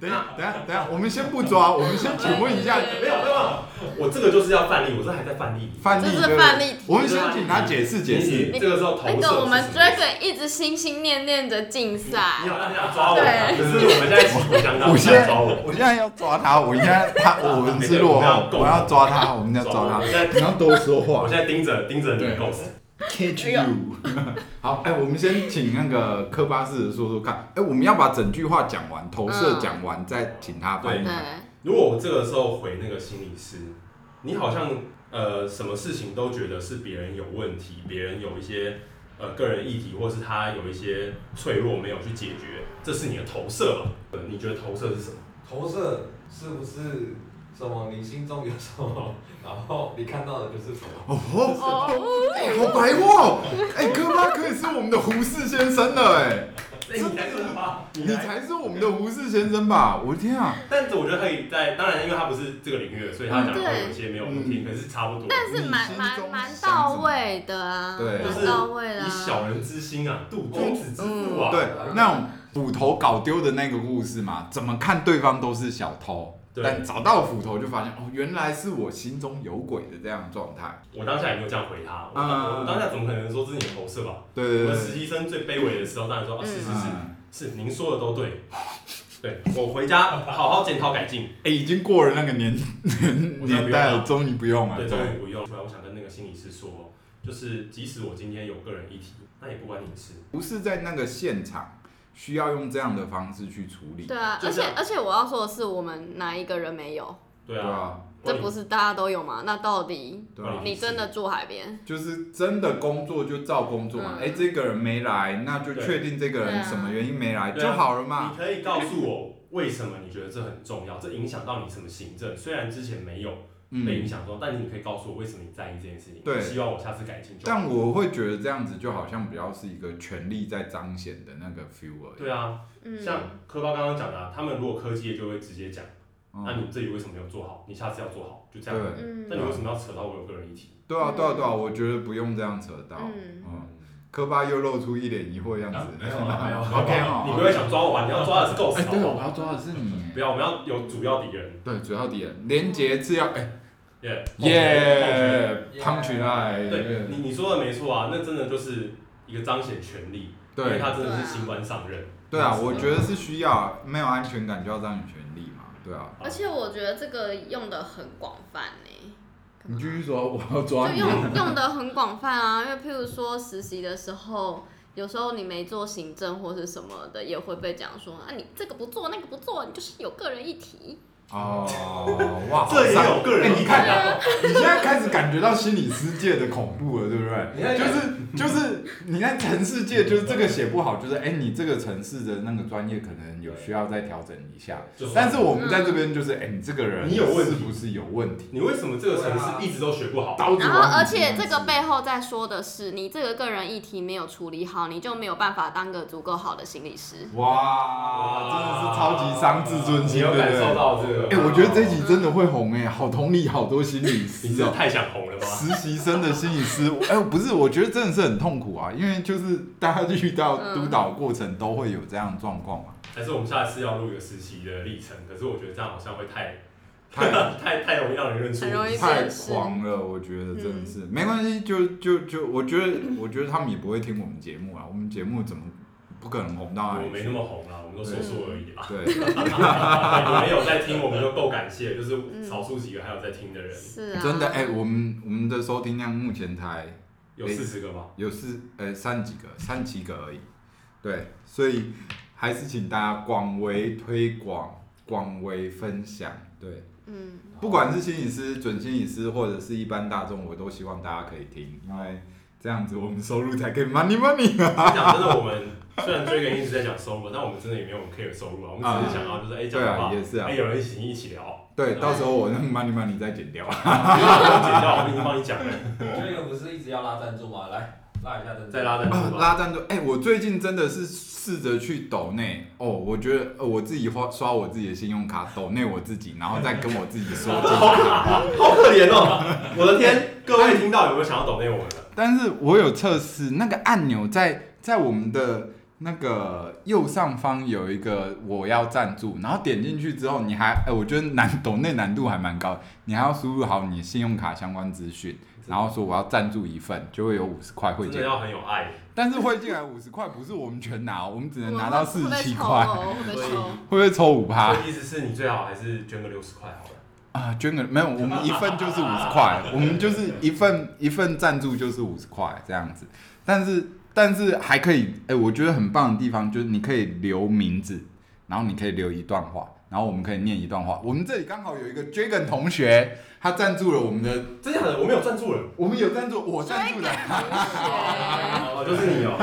Speaker 1: 等一下，等一下，等一下，我们先不抓，我们先请问一下
Speaker 3: 对
Speaker 2: 没有没有，我这个就是要范例，我这还在范例里。
Speaker 1: 范
Speaker 3: 这
Speaker 1: 例，
Speaker 3: 是
Speaker 1: 对不
Speaker 3: 范
Speaker 1: 对？
Speaker 3: 例题。
Speaker 1: 我们先请他解释解释。
Speaker 2: 你这个时候投射
Speaker 3: 那
Speaker 2: 是什
Speaker 3: 个
Speaker 2: 么。
Speaker 3: 我们 Dragon 一直心心念念着竞赛
Speaker 2: 你，好像想抓我啊，可是我们现在起步相当，
Speaker 1: 我
Speaker 2: 你
Speaker 1: 现
Speaker 2: 想
Speaker 1: 在
Speaker 2: 抓我，
Speaker 1: 我现在要抓他，我现在他我们是落后，我要抓他，我们要抓
Speaker 2: 我
Speaker 1: 他，
Speaker 2: 现在
Speaker 1: 你要多说
Speaker 2: 我
Speaker 1: 话。
Speaker 2: 现在盯着盯着你的 ghost，
Speaker 1: Catch you。好，哎、我们先请那个科巴士说说看。哎、我们要把整句话讲完，投射讲完，再请他翻译
Speaker 3: 对。，
Speaker 2: 如果我这个时候回那个心理师，你好像呃什么事情都觉得是别人有问题，别人有一些呃个人议题，或是他有一些脆弱没有去解决，这是你的投射吧？呃你觉得投射是什么？
Speaker 4: [laughs] 投射是不是什么？你心中有什么，然后你看到的就是什么？
Speaker 1: 哦
Speaker 3: 哦，
Speaker 1: 哎好白话哦！哎、科巴可以是我们的胡适先生了、哎，
Speaker 2: 哎你来说吧，你
Speaker 1: 你
Speaker 2: 来。
Speaker 1: 才是我们的胡适先生吧？我的天啊！
Speaker 2: 但是我觉得可以在，当然因为他不是这个领域的，所以他讲的会有一些没有问
Speaker 1: 嗯
Speaker 2: 题，可是差不多。
Speaker 3: 但是蛮蛮蛮到位的啊，
Speaker 1: 对
Speaker 3: 蛮到位的
Speaker 2: 以小
Speaker 3: 啊。
Speaker 2: 人之心啊，度君子之腹啊。
Speaker 1: 嗯对，那种斧头搞丢的那个故事嘛，怎么看对方都是小偷，
Speaker 2: 对
Speaker 1: 但找到斧头就发现哦，原来是我心中有鬼的这样的状态。
Speaker 2: 我当下也没有这样回他，我当、
Speaker 1: 嗯
Speaker 2: 我当下怎么可能说这是你的投射吧？
Speaker 1: 对
Speaker 2: 我
Speaker 1: 对对
Speaker 2: 们
Speaker 1: 对
Speaker 2: 实，习生最卑微的时候，当然说、啊、
Speaker 3: 嗯
Speaker 2: 是是是
Speaker 1: 嗯
Speaker 2: 是，您说的都对。对我回家好好检讨改进。
Speaker 1: 哎、已经过了那个年 [laughs]
Speaker 2: 我现在不用了
Speaker 1: 年代了，终于不用了。
Speaker 2: 对，终于不用。出来，我想跟那个心理师说，就是即使我今天有个人议题，那也不关你的事。
Speaker 1: 不是在那个现场需要用这样的方式去处理。
Speaker 3: 对啊，
Speaker 2: 就
Speaker 3: 而
Speaker 2: 这
Speaker 3: 且
Speaker 2: 样
Speaker 3: 而且我要说的是，我们哪一个人没有？
Speaker 2: 对
Speaker 1: 对
Speaker 2: 啊，
Speaker 1: 啊，
Speaker 2: 关
Speaker 3: 这
Speaker 2: 你
Speaker 3: 不是大家都有吗？那到底
Speaker 1: 对啊
Speaker 2: 关，
Speaker 3: 你真的住海边？
Speaker 1: 就是真的工作就照工作嘛。
Speaker 3: 嗯
Speaker 1: 哎、这个人没来，那就
Speaker 2: 对
Speaker 1: 确定这个
Speaker 3: 对
Speaker 1: 人
Speaker 3: 啊
Speaker 1: 什么原因没来
Speaker 2: 对啊
Speaker 1: 就好了嘛
Speaker 2: 你。可以告诉我为什么你觉得这很重要，这影响到你什么行政？虽然之前没有被影
Speaker 1: 嗯，
Speaker 2: 响到，但你可以告诉我为什么你在意这件事情。
Speaker 1: 对
Speaker 2: 希望我下次改进就好。
Speaker 1: 但我会觉得这样子就好像比较是一个权力在彰显的那个 feel 而已。
Speaker 2: 对啊，
Speaker 3: 嗯，
Speaker 2: 像科巴刚刚讲的、啊，他们如果科技业就会直接讲，
Speaker 1: 嗯
Speaker 2: 那、啊你这里为什么没有做好？你下次要做好，就这样。
Speaker 1: 对
Speaker 3: 嗯
Speaker 2: 那你为什么要扯到我有个人议题？
Speaker 1: 对啊，对啊，对啊，我觉得不用这样扯到。
Speaker 3: 嗯
Speaker 1: 嗯，科巴又露出一脸疑惑的样子。
Speaker 4: 没
Speaker 1: [laughs]
Speaker 4: 有啊没有
Speaker 1: OK 哦
Speaker 2: 你不会想抓我吧？你要抓的是 Ghost
Speaker 1: 哎，
Speaker 2: 好
Speaker 1: 对，
Speaker 2: 不
Speaker 1: 我
Speaker 2: 好？
Speaker 1: 要抓的是你。
Speaker 2: 不要，我们要有主要敌人。
Speaker 1: 对，主要敌人连结次
Speaker 2: 嗯
Speaker 1: 要哎
Speaker 2: 耶
Speaker 1: [laughs] 耶，punch
Speaker 2: 对
Speaker 1: line。
Speaker 2: 你你说的没错啊，那真的就是一个彰显权力，因为
Speaker 1: 对
Speaker 2: 他真的是新官上任。
Speaker 1: 对啊，我觉得是需要没有安全感就要让你权力嘛。对啊，
Speaker 3: 而且我觉得这个用的很广泛呢、
Speaker 1: 你继续说，我要抓
Speaker 3: 嗯就
Speaker 1: 你。
Speaker 3: 用用的很广泛啊，因为譬如说实习的时候，有时候你没做行政或是什么的，也会被讲说啊，你这个不做那个不做，你就是有个人议题。
Speaker 1: 哦，哇，
Speaker 2: 这也
Speaker 1: 好
Speaker 2: 有个人
Speaker 1: 哎
Speaker 2: 议
Speaker 1: 你
Speaker 2: 题
Speaker 1: 看，
Speaker 2: 啊，
Speaker 1: 你现在开始感觉到心理世界的恐怖了，对不
Speaker 4: 你看
Speaker 1: 对？就是就是你在城市界，就是这个写不好，就是哎、你这个城市的那个专业可能有需要再调整一下。
Speaker 2: 就是
Speaker 1: 但是我们在这边就是，哎、你这个人
Speaker 2: 嗯你有问
Speaker 1: 是
Speaker 2: 题
Speaker 1: 不是有问题？
Speaker 2: 你为什么这个城市一直都学不好？
Speaker 1: 刀子
Speaker 3: 然后，
Speaker 1: 往你
Speaker 3: 而
Speaker 1: 心里
Speaker 3: 且这个
Speaker 1: 刺
Speaker 3: 背后在说的是，你这个个人议题没有处理好，你就没有办法当个足够好的心理师。
Speaker 1: 哇，真的是超级伤自尊
Speaker 2: 啊你
Speaker 1: 心，对
Speaker 2: 有
Speaker 1: 不
Speaker 2: 感
Speaker 1: 对
Speaker 2: 受？到这个？
Speaker 1: 哎、我觉得这集真的会红哎、好同理，好多心理师
Speaker 2: 你真
Speaker 1: 哦、
Speaker 2: 的太想红了吧？
Speaker 1: 实习生的心理师，哎、不是，我觉得真的是很痛苦啊，因为就是大家遇到
Speaker 3: 嗯
Speaker 1: 督导过程都会有这样的状况嘛，
Speaker 2: 还是我们下次要录一个实习的历程？可是我觉得这样好像会太
Speaker 1: 太
Speaker 2: [laughs] 太太容易让人认出
Speaker 3: 很容易
Speaker 1: 太
Speaker 3: 真是
Speaker 1: 狂了，我觉得真的是、没关系，就就就，我觉得我觉得他们也不会听我们节目啊，我们节目怎么不可能红到哪
Speaker 2: 我
Speaker 1: 里
Speaker 2: 没
Speaker 1: 去
Speaker 2: 那？么红啦，我们都说说而已啦。 [laughs]
Speaker 1: 对，
Speaker 2: 你没有在听，我们就够感谢，就是少数几个还有在听的人，
Speaker 3: 是啊，
Speaker 1: 真的哎、我们我们的收听量目前才
Speaker 2: 有四十个
Speaker 1: [laughs]
Speaker 2: 吗？
Speaker 1: 有四呃三几个，三几个而已，对，所以还是请大家广为推广，广为分享，对。
Speaker 3: 嗯，
Speaker 1: 不管是心理师、准心理师或者是一般大众，我都希望大家可以听，因为这样子我们收入才可以 money money 啊。
Speaker 2: 讲真的，我们虽然追根一直在讲收入，啊但我们真的也没有 care 收入啊，我们只是想要就是哎
Speaker 1: [laughs]
Speaker 2: 讲
Speaker 1: 对
Speaker 2: 的话
Speaker 1: 啊，，也是啊
Speaker 2: 哎。有人一起一起
Speaker 1: [laughs]
Speaker 2: 聊，
Speaker 1: 对，到时候我那个 money money 再剪掉。
Speaker 2: 不要剪掉，我已经帮你讲了，
Speaker 4: 这个不是一直要拉赞助吗？来拉一下赞助，
Speaker 2: 再拉赞
Speaker 1: 啊
Speaker 2: 助吧。
Speaker 1: 拉赞助，哎、我最近真的是试着去抖内哦，我觉得、呃、我自己花刷我自己的信用卡抖内我自己，然后再跟我自己说借
Speaker 2: 好可怜哦，我的天！各位听到有没有想要抖内我们的？
Speaker 1: 但是我有测试那个按钮在在我们的那个右上方有一个我要赞助，然后点进去之后，你还哎、我觉得难懂那难度还蛮高，你还要输入好你的信用卡相关资讯，然后说我要赞助一份，就会有五十块汇
Speaker 2: 真
Speaker 1: 进
Speaker 2: 的
Speaker 1: 来，
Speaker 2: 要很有爱，
Speaker 1: 但是汇进来五十块不是我们全拿哦，我们只
Speaker 3: 只
Speaker 1: 能拿到四十七块，
Speaker 3: 会被抽
Speaker 1: 会不会抽五趴
Speaker 2: 所以意思是你最好还是捐个六十块好了。
Speaker 1: 啊？捐个没有，我们一份就是五十
Speaker 2: [laughs]
Speaker 1: 块，我们就是一份一份赞助就是五十块这样子，但是但是还可以，哎、我觉得很棒的地方就是你可以留名字，然后你可以留一段话，然后我们可以念一段话。我们这里刚好有一个 Dragon 同学，他赞助了我们的，
Speaker 2: 真假的？我没有赞助人，
Speaker 1: 我们有赞助，我赞助的， [laughs]
Speaker 2: 哦，就是你哦。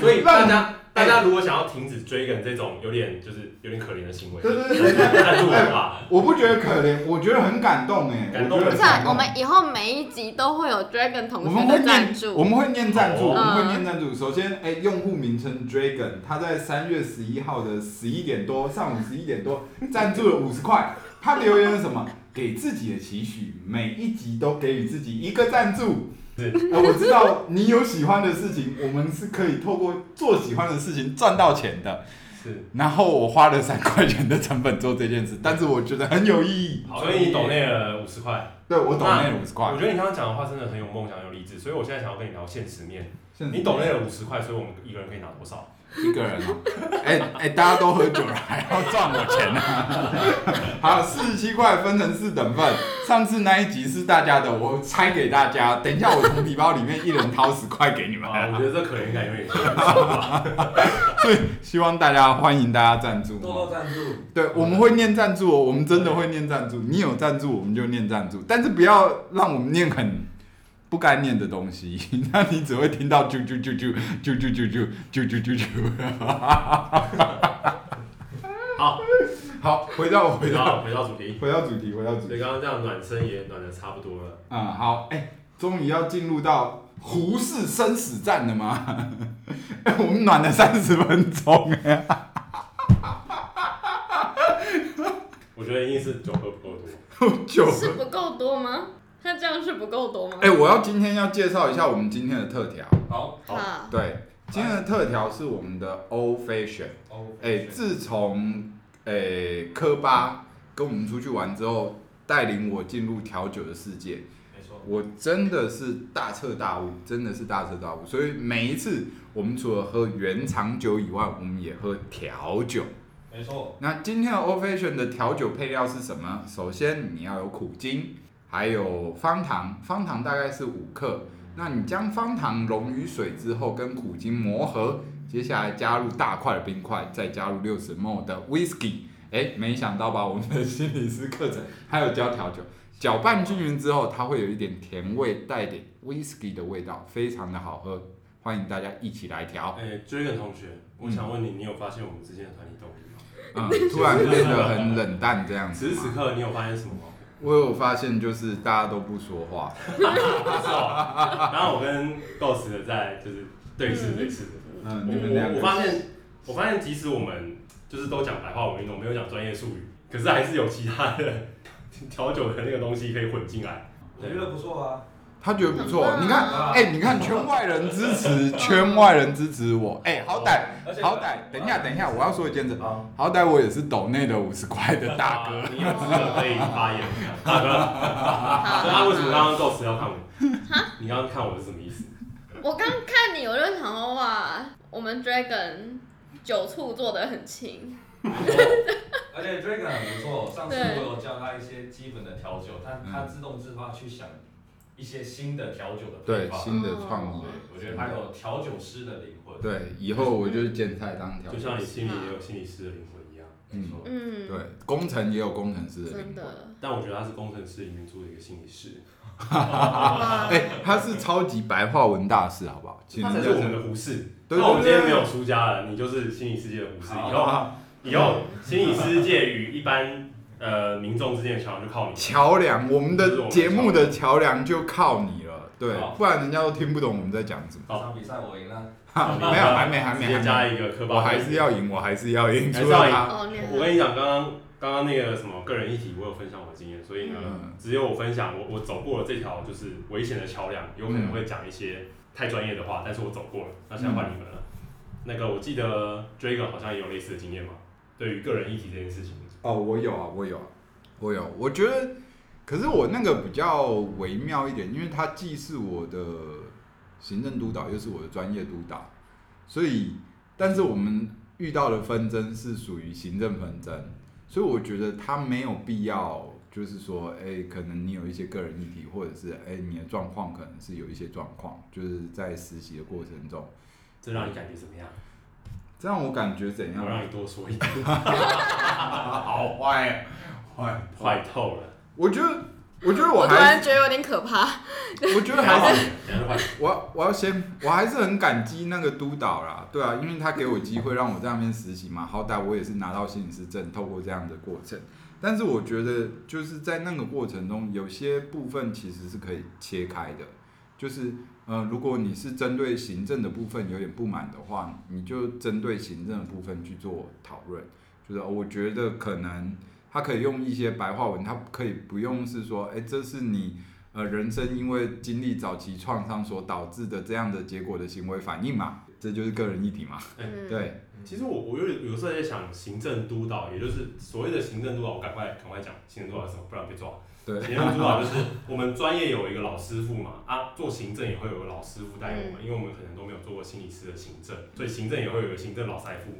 Speaker 2: 所以大家大
Speaker 1: 哎
Speaker 2: 家如果想要停止追梗这种有点就是有点可怜的行为，
Speaker 1: 对对对
Speaker 2: 赞助我
Speaker 1: [laughs]
Speaker 2: 吧。
Speaker 1: 我不觉得可怜，我觉得很感动哎、
Speaker 2: 感
Speaker 1: 我
Speaker 2: 动
Speaker 1: 觉
Speaker 3: 不
Speaker 1: 得
Speaker 3: 是
Speaker 1: 很
Speaker 3: 啊、
Speaker 1: 感动
Speaker 3: 我们以后每一集都会有 Dragon
Speaker 1: 我
Speaker 3: 同
Speaker 1: 们
Speaker 3: 学
Speaker 1: 会
Speaker 3: 的
Speaker 1: 念
Speaker 3: 赞，助，
Speaker 1: 我们会念赞助，
Speaker 2: 哦
Speaker 1: 我们会念赞助。首先，哎，用户名称 Dragon，他在三月十一号的十一点多，上午十一点多赞助了五十块。他留言了什么？给自己的期许，每一集都给予自己一个赞助。
Speaker 2: 是
Speaker 1: 哎我知道你有喜欢的事情，我们是可以透过做喜欢的事情赚到钱的。
Speaker 2: 是，
Speaker 1: 然后我花了三块钱的成本做这件事，但是我觉得很有意义。
Speaker 2: 所以你抖内了五十块。
Speaker 1: 对我懂那五十块
Speaker 2: 我，觉得你刚刚讲的话真的很有梦想、很有励志，所以我现在想要跟你聊现实面。
Speaker 1: 甚至
Speaker 2: 你抖内了五十块，所以我们一个人可以拿多少？
Speaker 1: 一个人哦，哎、哎、大家都喝酒了，还要赚我钱啊呢、 [laughs] 好，四十七块分成四等份。上次那一集是大家的，我拆给大家。等一下，我从皮包里面一人掏十块给你们，
Speaker 2: 啊，我觉得这可怜感
Speaker 1: [laughs]
Speaker 2: 有点强。
Speaker 1: 希望大家欢迎大家赞助。哦
Speaker 4: 多多赞助。
Speaker 1: 对，我们会念赞助哦，我们真的会念赞助。你有赞助，我们就念赞助，但是不要让我们念很不该念的东西，那你只会听到啾啾啾啾啾啾啾啾啾啾啾啾。
Speaker 2: 好，
Speaker 1: 好，回到我回
Speaker 2: 回
Speaker 1: 到
Speaker 2: 到回到主题，
Speaker 1: 回到主题，回到主
Speaker 2: 所
Speaker 1: 题。
Speaker 2: 以刚刚这样暖身也暖的差不多了。
Speaker 1: 嗯，好，哎、终于要进入到胡适生死战了吗？哎、我们暖了三十分钟、哎
Speaker 2: 我觉得一定是酒喝不够多。
Speaker 1: 就是
Speaker 3: 不够多吗？他这样是不够多吗？
Speaker 1: 哎、我要今天要介绍一下我们今天的特调。
Speaker 4: 好，
Speaker 2: 好
Speaker 3: 好，
Speaker 1: 对，今天的特调是我们的 old fashion。
Speaker 4: 哦，
Speaker 1: 哎、自从哎、科巴跟我们出去玩之后，带领我进入调酒的世界，
Speaker 4: 没错，
Speaker 1: 我真的是大彻大悟，真的是大彻大悟。所以每一次我们除了喝原厂酒以外，我们也喝调酒。
Speaker 4: 没错，
Speaker 1: 那今天的 Old Fashion 的调酒配料是什么？首先你要有苦精，还有方糖，方糖大概是五克。那你将方糖溶于水之后，跟苦精磨合，接下来加入大块的冰块，再加入六十 ml 的 whisky。哎，没想到吧？我们的心理师课程还有教调酒，搅拌均匀之后，它会有一点甜味，带点 whisky 的味道，非常的好喝。欢迎大家一起来调。
Speaker 2: 哎，Dragon 同学，我想问你，你有发现我们之间的团体动力吗？ [laughs]
Speaker 1: 嗯，突然变得很冷淡这样子
Speaker 2: 此
Speaker 1: 吗。
Speaker 2: 时此刻，你有发现什么吗？
Speaker 1: 我有发现，就是大家都不说话。
Speaker 2: 是哦。然后我跟 Ghost 的在就是对视对视。
Speaker 1: 嗯，
Speaker 2: 我
Speaker 1: 你们两
Speaker 2: 我我
Speaker 1: 个
Speaker 2: 发现，我发现即使我们就是都讲白话文运动，没有讲专业术语，可是还是有其他的 [laughs] 调酒的那个东西可以混进来。
Speaker 4: 我觉得不错啊。
Speaker 1: 他觉得不错。
Speaker 3: 很棒
Speaker 1: 你看，哎、你看圈外人支持，圈外人支持我。哎、好歹
Speaker 4: 而且
Speaker 1: 好歹，等一下等一嗯下，我要说一件事，
Speaker 4: 啊，
Speaker 1: 好歹我也是抖内的五十块的大哥。
Speaker 2: 啊你有资格可以发言，大哥。那他为什么刚刚 Ghost 要看我？你刚刚看我是什么意思？
Speaker 3: 我刚看你，我就想说哇，我们 Dragon 酒醋做的很轻，
Speaker 4: 而且 Dragon 很不错，上次
Speaker 3: 对
Speaker 4: 我有教他一些基本的调酒，他他
Speaker 1: 嗯
Speaker 4: 自动自发去想一些新的调酒的配
Speaker 1: 对，
Speaker 4: 方。
Speaker 1: 新的创意
Speaker 4: 对。，我觉得他有调酒师的灵魂。
Speaker 1: 对，以后我就是兼菜当调
Speaker 2: 就。像你心里也有心理师的灵魂一样。没错。
Speaker 3: 嗯，
Speaker 1: 对，工程也有工程师的
Speaker 3: 真
Speaker 1: 灵魂。
Speaker 3: 的，
Speaker 2: 但我觉得他是工程师里面做的一个心理师，
Speaker 3: 哇
Speaker 1: 哎、他是超级白话文大师，好不好？其实
Speaker 2: 他才是我们的胡适。
Speaker 1: 对对对
Speaker 2: 那我们今天没有出家了，你就是心理世界的胡适。以后，以后心理世界与一般呃民众之间的桥梁
Speaker 1: [laughs]
Speaker 2: 就靠你。
Speaker 1: 桥梁，我们
Speaker 2: 这是我
Speaker 1: 的
Speaker 2: 们
Speaker 1: 节目的桥梁就靠你了，对
Speaker 2: 好，
Speaker 1: 不然人家都听不懂我们在讲什么。
Speaker 4: 这场比赛我赢了，
Speaker 1: 啊 [laughs] 没有，还没，还
Speaker 2: 直
Speaker 1: 没，
Speaker 2: 接
Speaker 1: 还
Speaker 2: 加
Speaker 1: 没，
Speaker 2: 一个科
Speaker 1: 我
Speaker 2: 巴
Speaker 1: 还是要赢，我还是要赢，
Speaker 2: 还是
Speaker 1: 除了
Speaker 2: 要
Speaker 1: 他，
Speaker 3: 哦，你
Speaker 2: 我跟你讲，刚刚刚刚那个什么个人议题，我有分享我的经验，所以呢，
Speaker 1: 嗯
Speaker 2: 只有我分享我我走过了这条就是危险的桥梁，有可
Speaker 1: 嗯
Speaker 2: 能会讲一些太专业的话，但是我走过了。那现在换你们了。
Speaker 1: 嗯
Speaker 2: 那个我记得 Dragon 好像也有类似的经验嘛，对于个人议题这件事情，
Speaker 1: 哦，我有啊，我有啊，我有。我觉得，可是我那个比较微妙一点，因为它既是我的行政督导，又是我的专业督导，所以，但是我们遇到的纷争是属于行政纷争，所以我觉得它没有必要，就是说，哎、可能你有一些个人议题，或者是哎、你的状况可能是有一些状况，就是在实习的过程中，
Speaker 2: 这让你感觉怎么样？
Speaker 1: 这让我感觉怎样
Speaker 2: 我？让你多说一点，
Speaker 1: 好坏，坏，
Speaker 2: 坏透了，
Speaker 1: 我觉得，我觉得
Speaker 3: 我
Speaker 1: 我
Speaker 3: 突
Speaker 1: 还
Speaker 3: 然觉得有点可怕，
Speaker 1: 我觉得还好，
Speaker 2: 等一下就换你。
Speaker 1: 我我要先，我还是很感激那个督导啦，对啊，因为他给我机会让我在那边实习嘛，好歹我也是拿到心理师证，透过这样的过程。但是我觉得就是在那个过程中，有些部分其实是可以切开的，就是呃，如果你是针对行政的部分有点不满的话，你就针对行政的部分去做讨论。就是哦我觉得可能他可以用一些白话文，他可以不用是说，哎、这是你呃人生因为经历早期创伤所导致的这样的结果的行为反应嘛，这就是个人议题嘛。
Speaker 3: 嗯，
Speaker 1: 对，
Speaker 2: 其实我我有有时候在想，行政督导，也就是所谓的行政督导，我赶快赶快讲行政督导是什么，不然被抓。
Speaker 1: 对
Speaker 2: 行政督导就是我们专业有一个老师傅嘛，啊，做行政也会有个老师傅带我们，因为我们可能都没有做过心理师的行政，所以行政也会有个行政老师傅。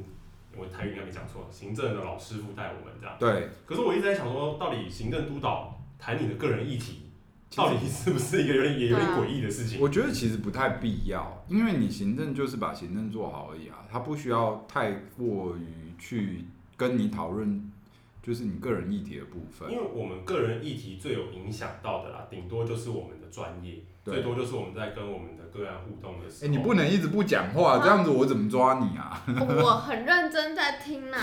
Speaker 2: 我台语应该没讲错，行政的老师傅带我们这样。
Speaker 1: 对，
Speaker 2: 可是我一直在想说，到底行政督导谈你的个人议题，到底是不是一个有点也有点
Speaker 3: 对啊
Speaker 2: 诡异的事情？
Speaker 1: 我觉得其实不太必要，因为你行政就是把行政做好而已啊，他不需要太过于去跟你讨论，就是你个人议题的部分
Speaker 2: 因。为我们个人议题最有影响到的啦，顶多就是我们的专业，
Speaker 1: 对
Speaker 2: 最多就是我们在跟我们的个案互动的时
Speaker 1: 哎、
Speaker 2: 候。
Speaker 1: 你不能一直不讲话，这样子我怎么抓你啊？
Speaker 3: 我很认真在听呐，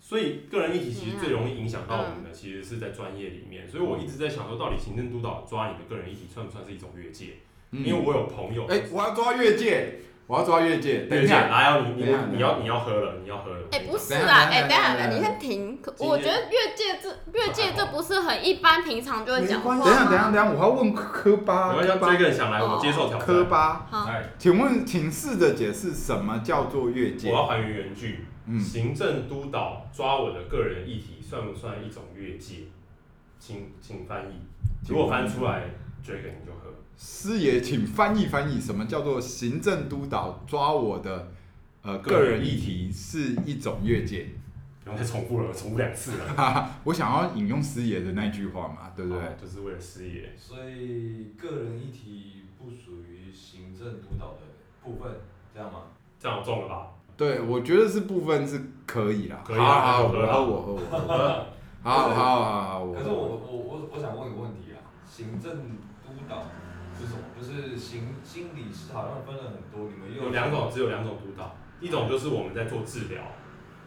Speaker 2: 所以个人议题其实最容易影响到我们的，
Speaker 1: 嗯
Speaker 2: 其实是在专业里面。所以我一直在想说，到底行政督导抓你的个人议题算不算是一种越界？
Speaker 1: 嗯
Speaker 2: 因为我有朋友，
Speaker 1: 哎、我要抓越界，我要抓越界。等
Speaker 2: 越
Speaker 1: 一
Speaker 2: 界，
Speaker 1: 下，
Speaker 2: 来啊，你
Speaker 1: 等一下
Speaker 2: 你你要你要喝了，你要喝了。
Speaker 3: 哎，不是
Speaker 1: 等一
Speaker 3: 啦，
Speaker 1: 下
Speaker 3: 哎，等
Speaker 1: 等一下
Speaker 3: 一下，
Speaker 1: 等一下
Speaker 3: 你先停，可
Speaker 2: 今天
Speaker 3: 我觉得越界这越界这不是很一般，平常就会讲话啊
Speaker 1: 等
Speaker 3: 吗？
Speaker 1: 一下，等一下，等一下，我要问科巴，
Speaker 2: 我要
Speaker 1: 科
Speaker 2: 像
Speaker 1: 巴
Speaker 2: 追，个人想来，我接受挑
Speaker 1: 科
Speaker 2: 战。
Speaker 1: 巴，
Speaker 3: 好，
Speaker 4: 哎，
Speaker 1: 请问，请试着解释什么叫做越
Speaker 2: 我
Speaker 1: 界？
Speaker 2: 要还原原句，
Speaker 1: 嗯，
Speaker 2: 行政督导抓我的个人议题算不算一种越界？请请翻译。如果翻出来，追个你就喝。
Speaker 1: 师爷，请翻译翻译，什么叫做行政督导抓我的呃
Speaker 2: 个
Speaker 1: 个
Speaker 2: 人
Speaker 1: 人
Speaker 2: 议
Speaker 1: 议题是一种越界？ [laughs]
Speaker 2: 不用再重复了，我重复两次了，
Speaker 1: 我想要引用师爷的那句话嘛，对不对？
Speaker 2: 哦就是为了失业。
Speaker 4: 所以个人议题不属于行政督导的部分，这样吗？
Speaker 2: 这样我中了吧？
Speaker 1: 对，我觉得是部分是可以啦。
Speaker 2: 可以
Speaker 1: 好
Speaker 2: 啊
Speaker 1: 好，
Speaker 2: 可以
Speaker 1: 我
Speaker 2: 啊
Speaker 1: 喝我喝我喝，
Speaker 2: [laughs] 呃
Speaker 1: 好好好好好，我
Speaker 4: 可是我我我我想问一个问题啊，行政督导是什么？就是行心理师好像分了很多，你们又
Speaker 2: 有两种，只有两种督导，一种就是我们在做治疗，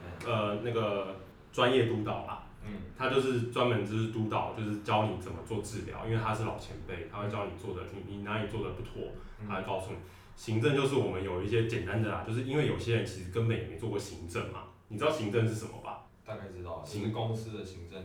Speaker 1: 嗯
Speaker 2: 呃，那个专业督导啦，
Speaker 4: 嗯，
Speaker 2: 他就是专门就是督导，就是教你怎么做治疗，因为他是老前辈，他会教你做的，你你哪里做的不妥，
Speaker 4: 嗯
Speaker 2: 他会告诉你。行政就是我们有一些简单的啦，就是因为有些人其实根本也没做过行政嘛，你知道行政是什么吧？
Speaker 4: 大概知道，
Speaker 2: 行
Speaker 4: 行公司的行政，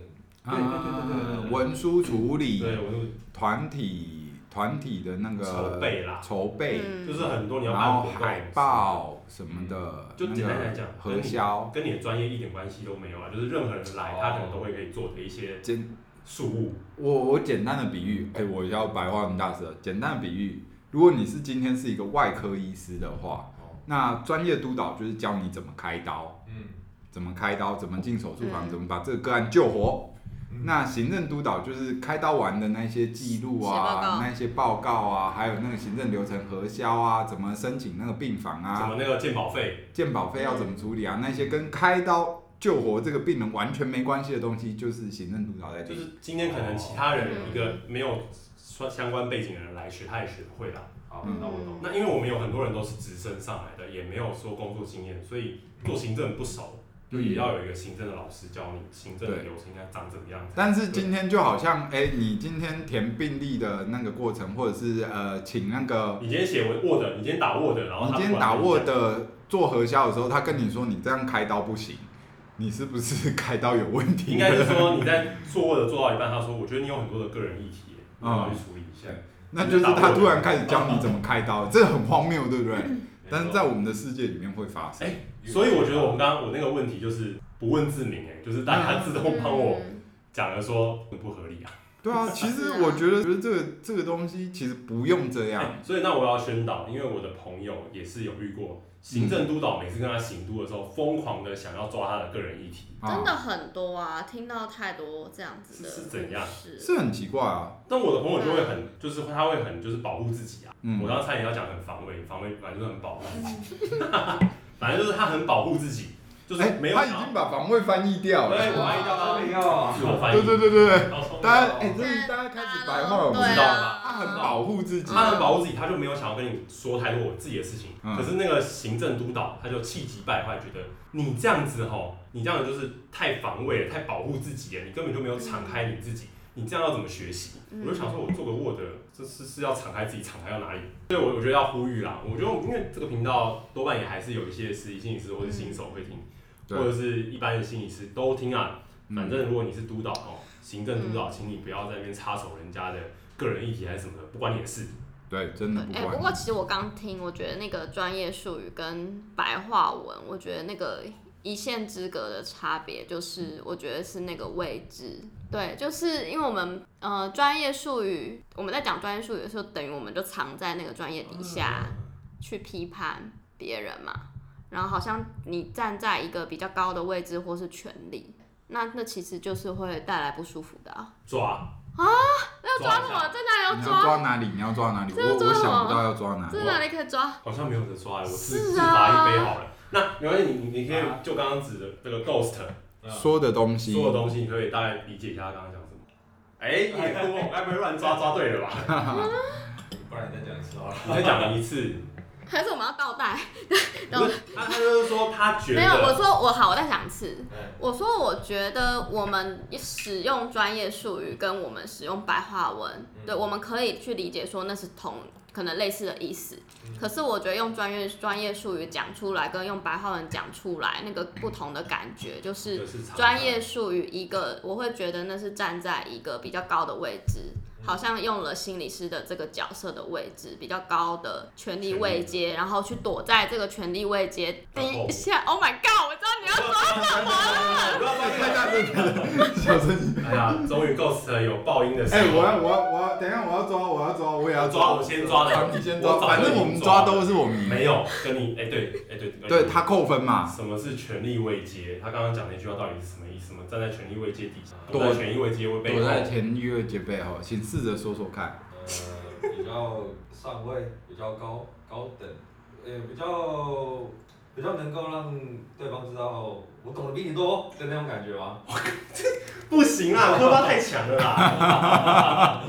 Speaker 1: 啊
Speaker 2: 对对对对对对
Speaker 1: 文书处理
Speaker 2: 对，我就
Speaker 1: 团体团体的那个
Speaker 2: 筹备啦，
Speaker 1: 筹备，
Speaker 3: 嗯
Speaker 2: 就是很多你要
Speaker 1: 然
Speaker 2: 办
Speaker 1: 后
Speaker 2: 活动
Speaker 1: 海报什么的，
Speaker 2: 嗯就简单来讲
Speaker 1: 那个核销，
Speaker 2: 跟你的专业一点关系都没有啊，就是任何人来，
Speaker 4: 哦
Speaker 2: 他可能都会可以做的一些
Speaker 1: 简
Speaker 2: 事务。
Speaker 1: 我我简单的比喻，哎、我要白话文大师了，简单的比喻，如果你是今天是一个外科医师的话，
Speaker 4: 哦，
Speaker 1: 那专业督导就是教你怎么开刀，
Speaker 4: 嗯，
Speaker 1: 怎么开刀，怎么进手术房，
Speaker 3: 嗯
Speaker 1: 怎么把这个个案救活。
Speaker 4: 嗯
Speaker 1: 那行政督导就是开刀完的那些记录
Speaker 3: 写报告
Speaker 1: 啊，那些报告啊，还有那个行政流程核销啊，怎么申请那个病房
Speaker 2: 什
Speaker 1: 啊，
Speaker 2: 么那个鉴保费，
Speaker 1: 健保费要怎么处理啊，那些跟开刀救活这个病人完全没关系的东西，就是行政督导在第
Speaker 2: 就
Speaker 1: 一。
Speaker 2: 是今天可能其他人一个没有相相关背景的人来学，他也学不会啦。
Speaker 4: 好，
Speaker 1: 嗯
Speaker 4: 那我懂。
Speaker 2: 那因为我们有很多人都是直升上来的，也没有说工作经验，所以做行政不熟，就也要有一个行政的老师教你行政的
Speaker 1: 嗯对
Speaker 2: 流程应该长怎么样子。
Speaker 1: 但是今天就好像，哎、你今天填病历的那个过程，或者是呃，请那个
Speaker 2: 你今天写文 Word，你今天打 Word，然后
Speaker 1: 你
Speaker 2: 他
Speaker 1: 今天打
Speaker 2: 不管
Speaker 1: Word 做核销的时候，他跟你说你这样开刀不行，你是不是开刀有问
Speaker 2: 你讲，应
Speaker 1: 题的
Speaker 2: 该是说你在做 Word 做到一半，他说我觉得你有很多的个人议题，你要
Speaker 1: 嗯
Speaker 2: 去处理一下。
Speaker 1: [laughs] 那就是他突然开始教你怎么开刀，这很荒谬，对
Speaker 2: [laughs]
Speaker 1: 不对？但是在我们的世界里面会发生。
Speaker 2: 所以我觉得我们刚刚我那个问题就是不问自明，哎，就是大家自动帮我
Speaker 3: 嗯
Speaker 2: 讲了说很不合理啊。
Speaker 1: 对啊，其实
Speaker 3: 是啊
Speaker 1: 我觉得，觉得这个这个东西其实不用这样。
Speaker 2: [laughs] 哎所以那我要宣导，因为我的朋友也是有遇过行政督导，每次跟他行督的时候，疯狂的想要抓他的个人议题，
Speaker 1: 啊
Speaker 3: 真的很多啊，听到太多这样子的
Speaker 2: 是是怎样
Speaker 3: 故事
Speaker 1: 是很奇怪啊，
Speaker 2: 但我的朋友就会很，就是他会很就是保护自己啊。
Speaker 1: 嗯
Speaker 2: 我刚刚差点要讲很防卫，防卫反正就是很保护自己，啊 [laughs] 反正就是他很保护自己，就是
Speaker 1: 哎，
Speaker 2: 没有
Speaker 1: 他
Speaker 2: 想
Speaker 1: 已
Speaker 2: 要。
Speaker 1: 经把防卫翻译掉了。
Speaker 2: 对，我爱到他
Speaker 4: 啊，
Speaker 2: 那个
Speaker 4: 没有，
Speaker 2: 自我翻
Speaker 1: 对
Speaker 2: 译，
Speaker 1: 对对对对，
Speaker 2: 然后说
Speaker 1: 大家
Speaker 4: 哦
Speaker 1: 哎，这是大家开始白话，我不
Speaker 3: 对
Speaker 1: 知
Speaker 3: 啊
Speaker 1: 道，
Speaker 2: 吧
Speaker 1: 他很保护自己。
Speaker 2: 他很保护自己，他就没有想要跟你说太多我自己的事情。
Speaker 1: 嗯
Speaker 2: 可是那个行政督导他就气急败坏，觉得你这样子吼，你这样子就是太防卫了，太保护自己了，你根本就没有敞开你自己。你这样要怎么学习？
Speaker 3: 嗯
Speaker 2: 我就想说，我做个 Word，这是是要敞开自己，敞开到哪里？所以，我我觉得要呼吁啦。我觉得，因为这个频道多半也还是有一些实习心理师或者新手会听，
Speaker 1: 嗯对
Speaker 2: 或者是一般的心理师都听啊。
Speaker 1: 嗯
Speaker 2: 反正如果你是督导哦，行政督导，请你不要在那边插手人家的个人议题还是什么的，不关你的事。
Speaker 1: 对，真的不
Speaker 3: 哎、不过
Speaker 1: 管。
Speaker 3: 其实我刚听，我觉得那个专业术语跟白话文，我觉得那个一线之隔的差别，就是我觉得是那个位置。对，就是因为我们呃专业术语，我们在讲专业术语的时候，等于我们就藏在那个专业底下去批判别人嘛。然后好像你站在一个比较高的位置或是权力，那那其实就是会带来不舒服的啊。
Speaker 2: 抓啊，要
Speaker 3: 抓
Speaker 2: 一
Speaker 3: 什
Speaker 2: 下
Speaker 3: 么？在哪里
Speaker 1: 你
Speaker 3: 要
Speaker 1: 要
Speaker 3: 抓？
Speaker 1: 抓哪里？你要抓哪里？
Speaker 3: 这
Speaker 1: 我
Speaker 3: 要抓
Speaker 1: 我
Speaker 3: 什么
Speaker 1: 想不到要抓哪里。
Speaker 3: 在哪里可以抓？
Speaker 2: 好像没有人抓，我自
Speaker 3: 是
Speaker 2: 自
Speaker 3: 啊
Speaker 2: 罚一杯好了。那啊没关系，你你你可以就刚刚指的这个 ghost
Speaker 1: 说的东西，
Speaker 2: 所有东西，你可以大概理解一下他刚刚讲什么。哎，你也不我该不会乱抓抓对了吧？
Speaker 4: 不然你再讲一次好了。
Speaker 2: [laughs] 你再讲一次，
Speaker 3: 还是我们要倒带？
Speaker 2: 不是他他就是说他觉
Speaker 3: 没有，我
Speaker 2: 得
Speaker 3: 说我好，我再讲一次。
Speaker 4: 嗯
Speaker 3: 我说我觉得我们使用专业术语跟我们使用白话文，
Speaker 2: 嗯
Speaker 3: 对，我们可以去理解说那是同可能类似的意思。
Speaker 2: 嗯
Speaker 3: 可是我觉得用专业专业术语讲出来跟用白话文讲出来那个不同的感觉，就是
Speaker 2: 就是常
Speaker 3: 专业术语一个，我会觉得那是站在一个比较高的位置，
Speaker 2: 嗯
Speaker 3: 好像用了心理师的这个角色的位置，比较高的权力位阶，然后去躲在这个权力位阶。
Speaker 2: 然后
Speaker 3: 等一下，Oh [laughs] my God！我知道你要说什么了。
Speaker 2: 不要抓
Speaker 1: 太大声了，小声一点。
Speaker 2: 哎呀，终于 ghost 有爆音的时
Speaker 1: 哎，
Speaker 2: 候。
Speaker 1: 我要我要我要，等一下我要抓，我要抓，我也要
Speaker 2: 抓我先抓的，
Speaker 1: 你先
Speaker 2: 我
Speaker 1: 抓，
Speaker 2: 早就
Speaker 1: 反正
Speaker 2: 已经
Speaker 1: 我们
Speaker 2: 抓
Speaker 1: 抓
Speaker 2: 了
Speaker 1: 都是我们赢。
Speaker 2: 没有跟你哎、对哎、对
Speaker 1: 对他扣分嘛，
Speaker 2: 什么是权力位阶？他刚刚讲那句话到底是什么意思？什么站在权力位阶底下，
Speaker 1: 躲
Speaker 2: 躲在权力位阶会被
Speaker 1: 躲在
Speaker 2: 扣
Speaker 1: 前月姐背后，请试着说说看。
Speaker 4: 呃，比较上位，比较高高等，呃，比较比较能够让对方知道哦我懂得比你多的那种感觉吗？
Speaker 2: 不
Speaker 1: [laughs]
Speaker 2: 行啦，科巴太强了啦，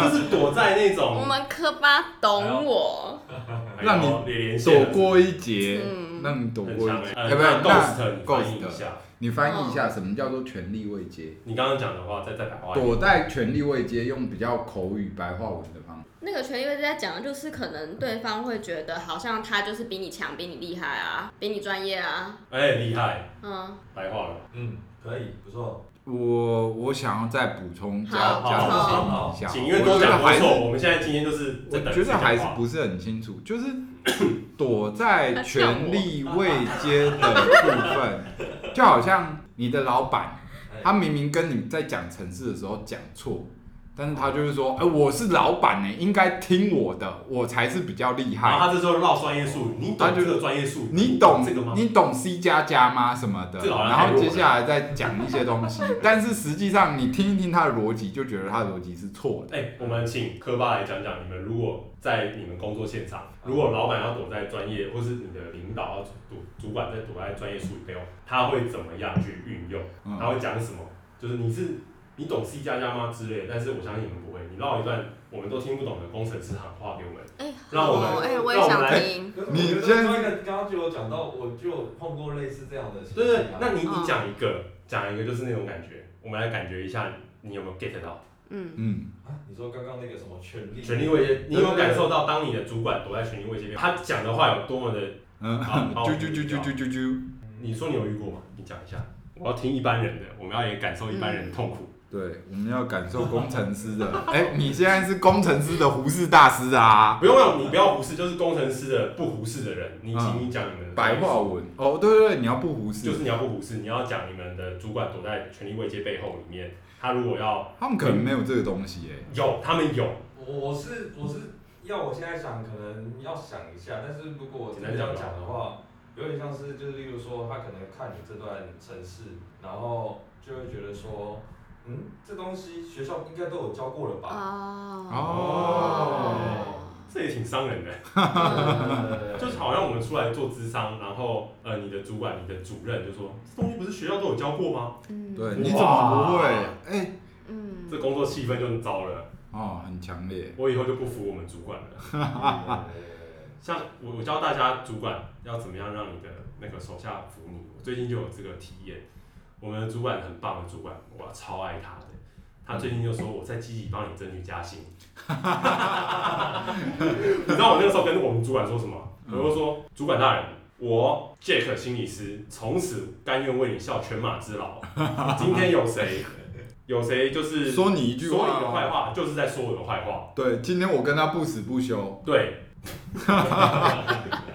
Speaker 2: 就是躲在那
Speaker 3: 我
Speaker 2: 种
Speaker 3: 们科巴懂我，
Speaker 1: 让你
Speaker 2: 哎呦连
Speaker 1: 躲
Speaker 2: 线了
Speaker 1: 过一劫，
Speaker 3: 嗯
Speaker 1: 让你躲
Speaker 2: 很
Speaker 1: 过一
Speaker 2: 强
Speaker 1: 劫，
Speaker 2: 哎，
Speaker 1: 要不然
Speaker 2: 那 ghost
Speaker 1: 那
Speaker 2: 你翻译一
Speaker 1: ghost，
Speaker 2: 下，
Speaker 1: 你翻译一下什么叫做权力位阶？
Speaker 2: 你刚刚讲的话再再白话一点，
Speaker 1: 躲在权力位阶，用比较口语白话文的方式。
Speaker 3: 那个权力位置在讲的就是，可能对方会觉得好像他就是比你强、比你厉害啊，比你专业啊，
Speaker 2: 哎厉害，
Speaker 3: 嗯，
Speaker 2: 白话了，
Speaker 4: 嗯，可以，不错。
Speaker 1: 我我想要再补充加
Speaker 3: 好
Speaker 1: 加
Speaker 3: 好
Speaker 1: 说明
Speaker 4: 好
Speaker 1: 一下，
Speaker 2: 请因为
Speaker 1: 啊我
Speaker 2: 多
Speaker 1: 觉得
Speaker 2: 讲多
Speaker 1: 还是
Speaker 2: 错，我们现在今天就是
Speaker 1: 我
Speaker 2: 在等
Speaker 1: 觉得还是
Speaker 2: 谁讲话
Speaker 1: 不是很清楚，就是 [coughs] 躲在权力位阶的部分，就好像你的老板，
Speaker 4: 哎
Speaker 1: 他明明跟你在讲城市的时候讲错，但是他就是说，哎、我是老板呢、应该听我的，我才是比较厉
Speaker 2: 然后
Speaker 1: 害。
Speaker 2: 啊他这时候绕专业术语，你
Speaker 1: 他
Speaker 2: 懂
Speaker 1: 就
Speaker 2: 这个专业术语？
Speaker 1: 你懂
Speaker 2: 这个吗？
Speaker 1: 你懂 C 加加吗？什么的，
Speaker 2: 这个好像
Speaker 1: 然
Speaker 2: 太
Speaker 1: 后
Speaker 2: 弱
Speaker 1: 接 [laughs]
Speaker 2: 了
Speaker 1: 下来再讲一些东西，但是实际上你听一听他的逻辑，就觉得他的逻辑是错的。
Speaker 2: 哎、我们请科巴来讲讲，你们如果在你们工作现场，如果老板要躲在专业，或是你的领导要主主主管在躲在专业术语背后，他会怎么样去运用？
Speaker 1: 嗯
Speaker 2: 他会讲什么？就是你是你懂 C 加加吗之类的？但是我相信你们不会，你绕一段我们都听不懂的工程师喊话给我们，
Speaker 3: 哎、
Speaker 2: 让我们
Speaker 3: 好哦哎、
Speaker 4: 让
Speaker 3: 我
Speaker 2: 我
Speaker 3: 也想
Speaker 2: 们来
Speaker 3: 听。
Speaker 4: 可是我
Speaker 1: 你
Speaker 4: 觉得
Speaker 1: 现在
Speaker 4: 刚才刚刚就有讲到，我就有碰过类似这样的情
Speaker 2: 对对
Speaker 4: 形啊。
Speaker 2: 那你你
Speaker 3: 嗯
Speaker 2: 讲一个，讲一个就是那种感觉，我们来感觉一下，你有没有 get 到？
Speaker 3: 嗯，
Speaker 1: 嗯，
Speaker 4: 啊，你说刚刚那个什么权力？
Speaker 2: 权力位阶，你有没有
Speaker 4: 对对对
Speaker 2: 感受到当你的主管躲在权力位阶边，他讲的话有多么的？
Speaker 1: 嗯，
Speaker 2: 好好
Speaker 1: 啾啾啾啾啾啾啾，
Speaker 2: 你说你有遇过吗？你讲一下，我要听一般人的，我们要也感受一般人的痛苦。
Speaker 1: 对，我们要感受工程师的。 [laughs] 哎、你现在是工程师的胡适大师啊，
Speaker 2: 不用不用，你不要忽视，就是工程师的不忽视的人，你请
Speaker 1: 嗯
Speaker 2: 你讲你们的
Speaker 1: 白话文。哦，对对对，你要不胡适，
Speaker 2: 就是你要不忽视，你要讲你们的主管躲在权力位阶背后里面，他如果要
Speaker 1: 他们可能没有这个东西哎、
Speaker 2: 有，他们有，
Speaker 4: 我我是我是要我现在想，可能要想一下，但是如果我真的这样讲的话，有点像是就是例如说，他可能看你这段城市，然后就会觉得说，嗯，这东西学校应该都有教过了吧？哦
Speaker 1: 哦
Speaker 2: 这也挺伤人的。
Speaker 4: 对
Speaker 2: 就是好像我们出来做智商，然后呃，你的主管、你的主任就说，这东西不是学校都有教过吗？
Speaker 3: 嗯，
Speaker 1: 对，
Speaker 2: 哇
Speaker 1: 你怎么不会？哎、
Speaker 3: 嗯，
Speaker 2: 这工作气氛就很糟了，
Speaker 1: 哦，很强烈。
Speaker 2: 我以后就不服我们主管了。
Speaker 1: 啊
Speaker 4: 呃
Speaker 2: 像我，我教大家主管要怎么样让你的那个手下服你。我最近就有这个体验，我们的主管很棒的主管，我超爱他的。他最近就说我在积极帮你争取加薪。 [laughs] 你知道我那个时候跟我们主管说什么？我就说主管大人，我 Jack 心理师从此甘愿为你效犬马之劳。今天有谁有谁就是
Speaker 1: 说你一句
Speaker 2: 说
Speaker 1: 话
Speaker 2: 你的坏
Speaker 1: 哦，
Speaker 2: 话，就是在说我的坏话。
Speaker 1: 对，今天我跟他不死不休，
Speaker 2: 对，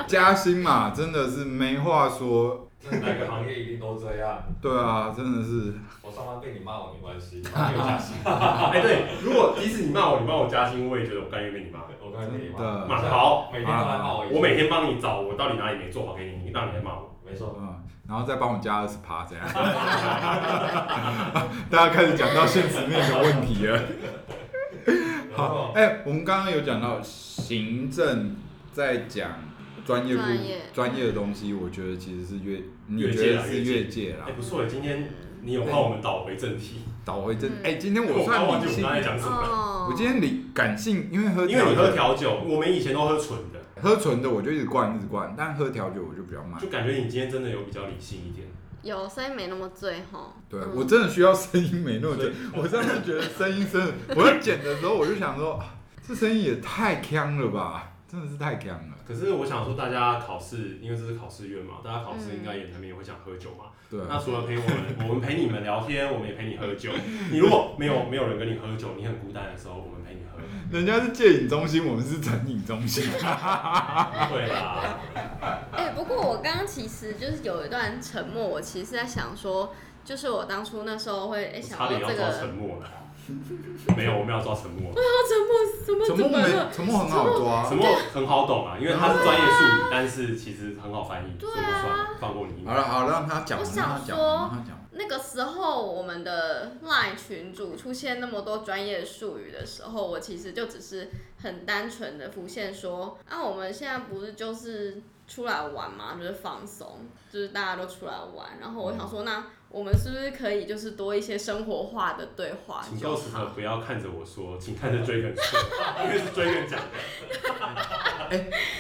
Speaker 1: 加薪嘛，真的是没话说。
Speaker 4: 那哪个行业一定都这样？
Speaker 1: 对啊，真的是，
Speaker 4: 我上班被你骂我没
Speaker 1: [laughs]
Speaker 4: 关系，反正有加薪，
Speaker 2: 哎，对，如果即使你骂我，你帮我加薪，我也觉得我甘愿被你骂。
Speaker 4: 我刚才被你骂，啊
Speaker 1: 真的
Speaker 2: 骂好，
Speaker 4: 每天都来啊骂我一次，
Speaker 2: 我每天帮你找我到底哪里没做好给你，你让你来骂我。
Speaker 4: 没错。
Speaker 1: 嗯，然后再帮我加二十趴这样。 [laughs] 大家开始讲到现实面的问题
Speaker 2: [laughs]
Speaker 1: 了。
Speaker 2: 哦
Speaker 1: 好，哎、我们刚刚有讲到行政在讲专业部
Speaker 3: 专业
Speaker 1: 专业的东西，我觉得其实是越你
Speaker 2: 越界
Speaker 1: 觉得
Speaker 2: 啦
Speaker 1: 是
Speaker 2: 越界
Speaker 1: 越界啦
Speaker 2: 哎，，不错，今天你有帮我们导回正题。
Speaker 1: 倒回正
Speaker 3: 嗯
Speaker 1: 哎、今天
Speaker 2: 我
Speaker 1: 我
Speaker 2: 刚
Speaker 1: 算
Speaker 2: 忘记
Speaker 1: 理
Speaker 2: 哦我
Speaker 1: 性啊
Speaker 2: 们刚才讲什么了，
Speaker 3: 哦
Speaker 1: 我今天理感性，因为喝
Speaker 2: 因为你喝
Speaker 1: 调酒
Speaker 2: 调酒，我们以前都喝纯的，
Speaker 1: 喝纯的我就一直灌一直灌，但喝调酒我就比较慢。
Speaker 2: 就感觉你今天真的有比较理性一点。
Speaker 3: 有声音没那么醉吼。
Speaker 1: 对
Speaker 3: 嗯
Speaker 1: 我真的需要声音没那么准，我真的觉得声音真的，我在剪的时候我就想说，啊这声音也太呛了吧，真的是太呛了。
Speaker 2: 可是我想说，大家考试，因为这是考试月嘛，大家考试应该也难免会想喝酒嘛。
Speaker 1: 对，啊
Speaker 2: 那除了陪我们，我们陪你们聊天，我们也陪你喝酒。你如果没有没有人跟你喝酒，你很孤单的时候，我们陪你
Speaker 1: [laughs]
Speaker 2: 喝。
Speaker 1: 人家是戒瘾中心，我们是成瘾中心。
Speaker 2: 对啦，
Speaker 3: 哎、不过我刚刚其实就是有一段沉默，我其实在想说，就是我当初那时候会哎、
Speaker 2: 我
Speaker 3: 想
Speaker 2: 差
Speaker 3: 到
Speaker 2: 点要
Speaker 3: 这个
Speaker 2: 抓沉默了。没有，我们要抓沉默。
Speaker 3: 沉默
Speaker 1: 沉
Speaker 3: 怎么
Speaker 1: 默
Speaker 3: 怎么
Speaker 1: 没
Speaker 3: 了？
Speaker 1: 沉默很好抓
Speaker 2: 什。么很好懂啊，因为它是专业术语，但是其实很好翻译，所
Speaker 3: 对
Speaker 2: 以就
Speaker 3: 啊
Speaker 2: 算了，放过你一马
Speaker 1: 好了好了，让他讲，
Speaker 3: 我
Speaker 1: 让
Speaker 3: 想
Speaker 1: 他讲，
Speaker 3: 说
Speaker 1: 让他讲。
Speaker 3: 那个时候我们的 LINE 群组出现那么多专业术语的时候，我其实就只是很单纯的浮现说，啊，我们现在不是就是出来玩嘛，就是放松，就是大家都出来玩。然后我想说，那我们是不是可以就是多一些生活化的对话
Speaker 2: 请
Speaker 3: 就
Speaker 2: 告诉他
Speaker 3: 好？
Speaker 2: 不要看着我说，请看着追根说，因为是追根讲的。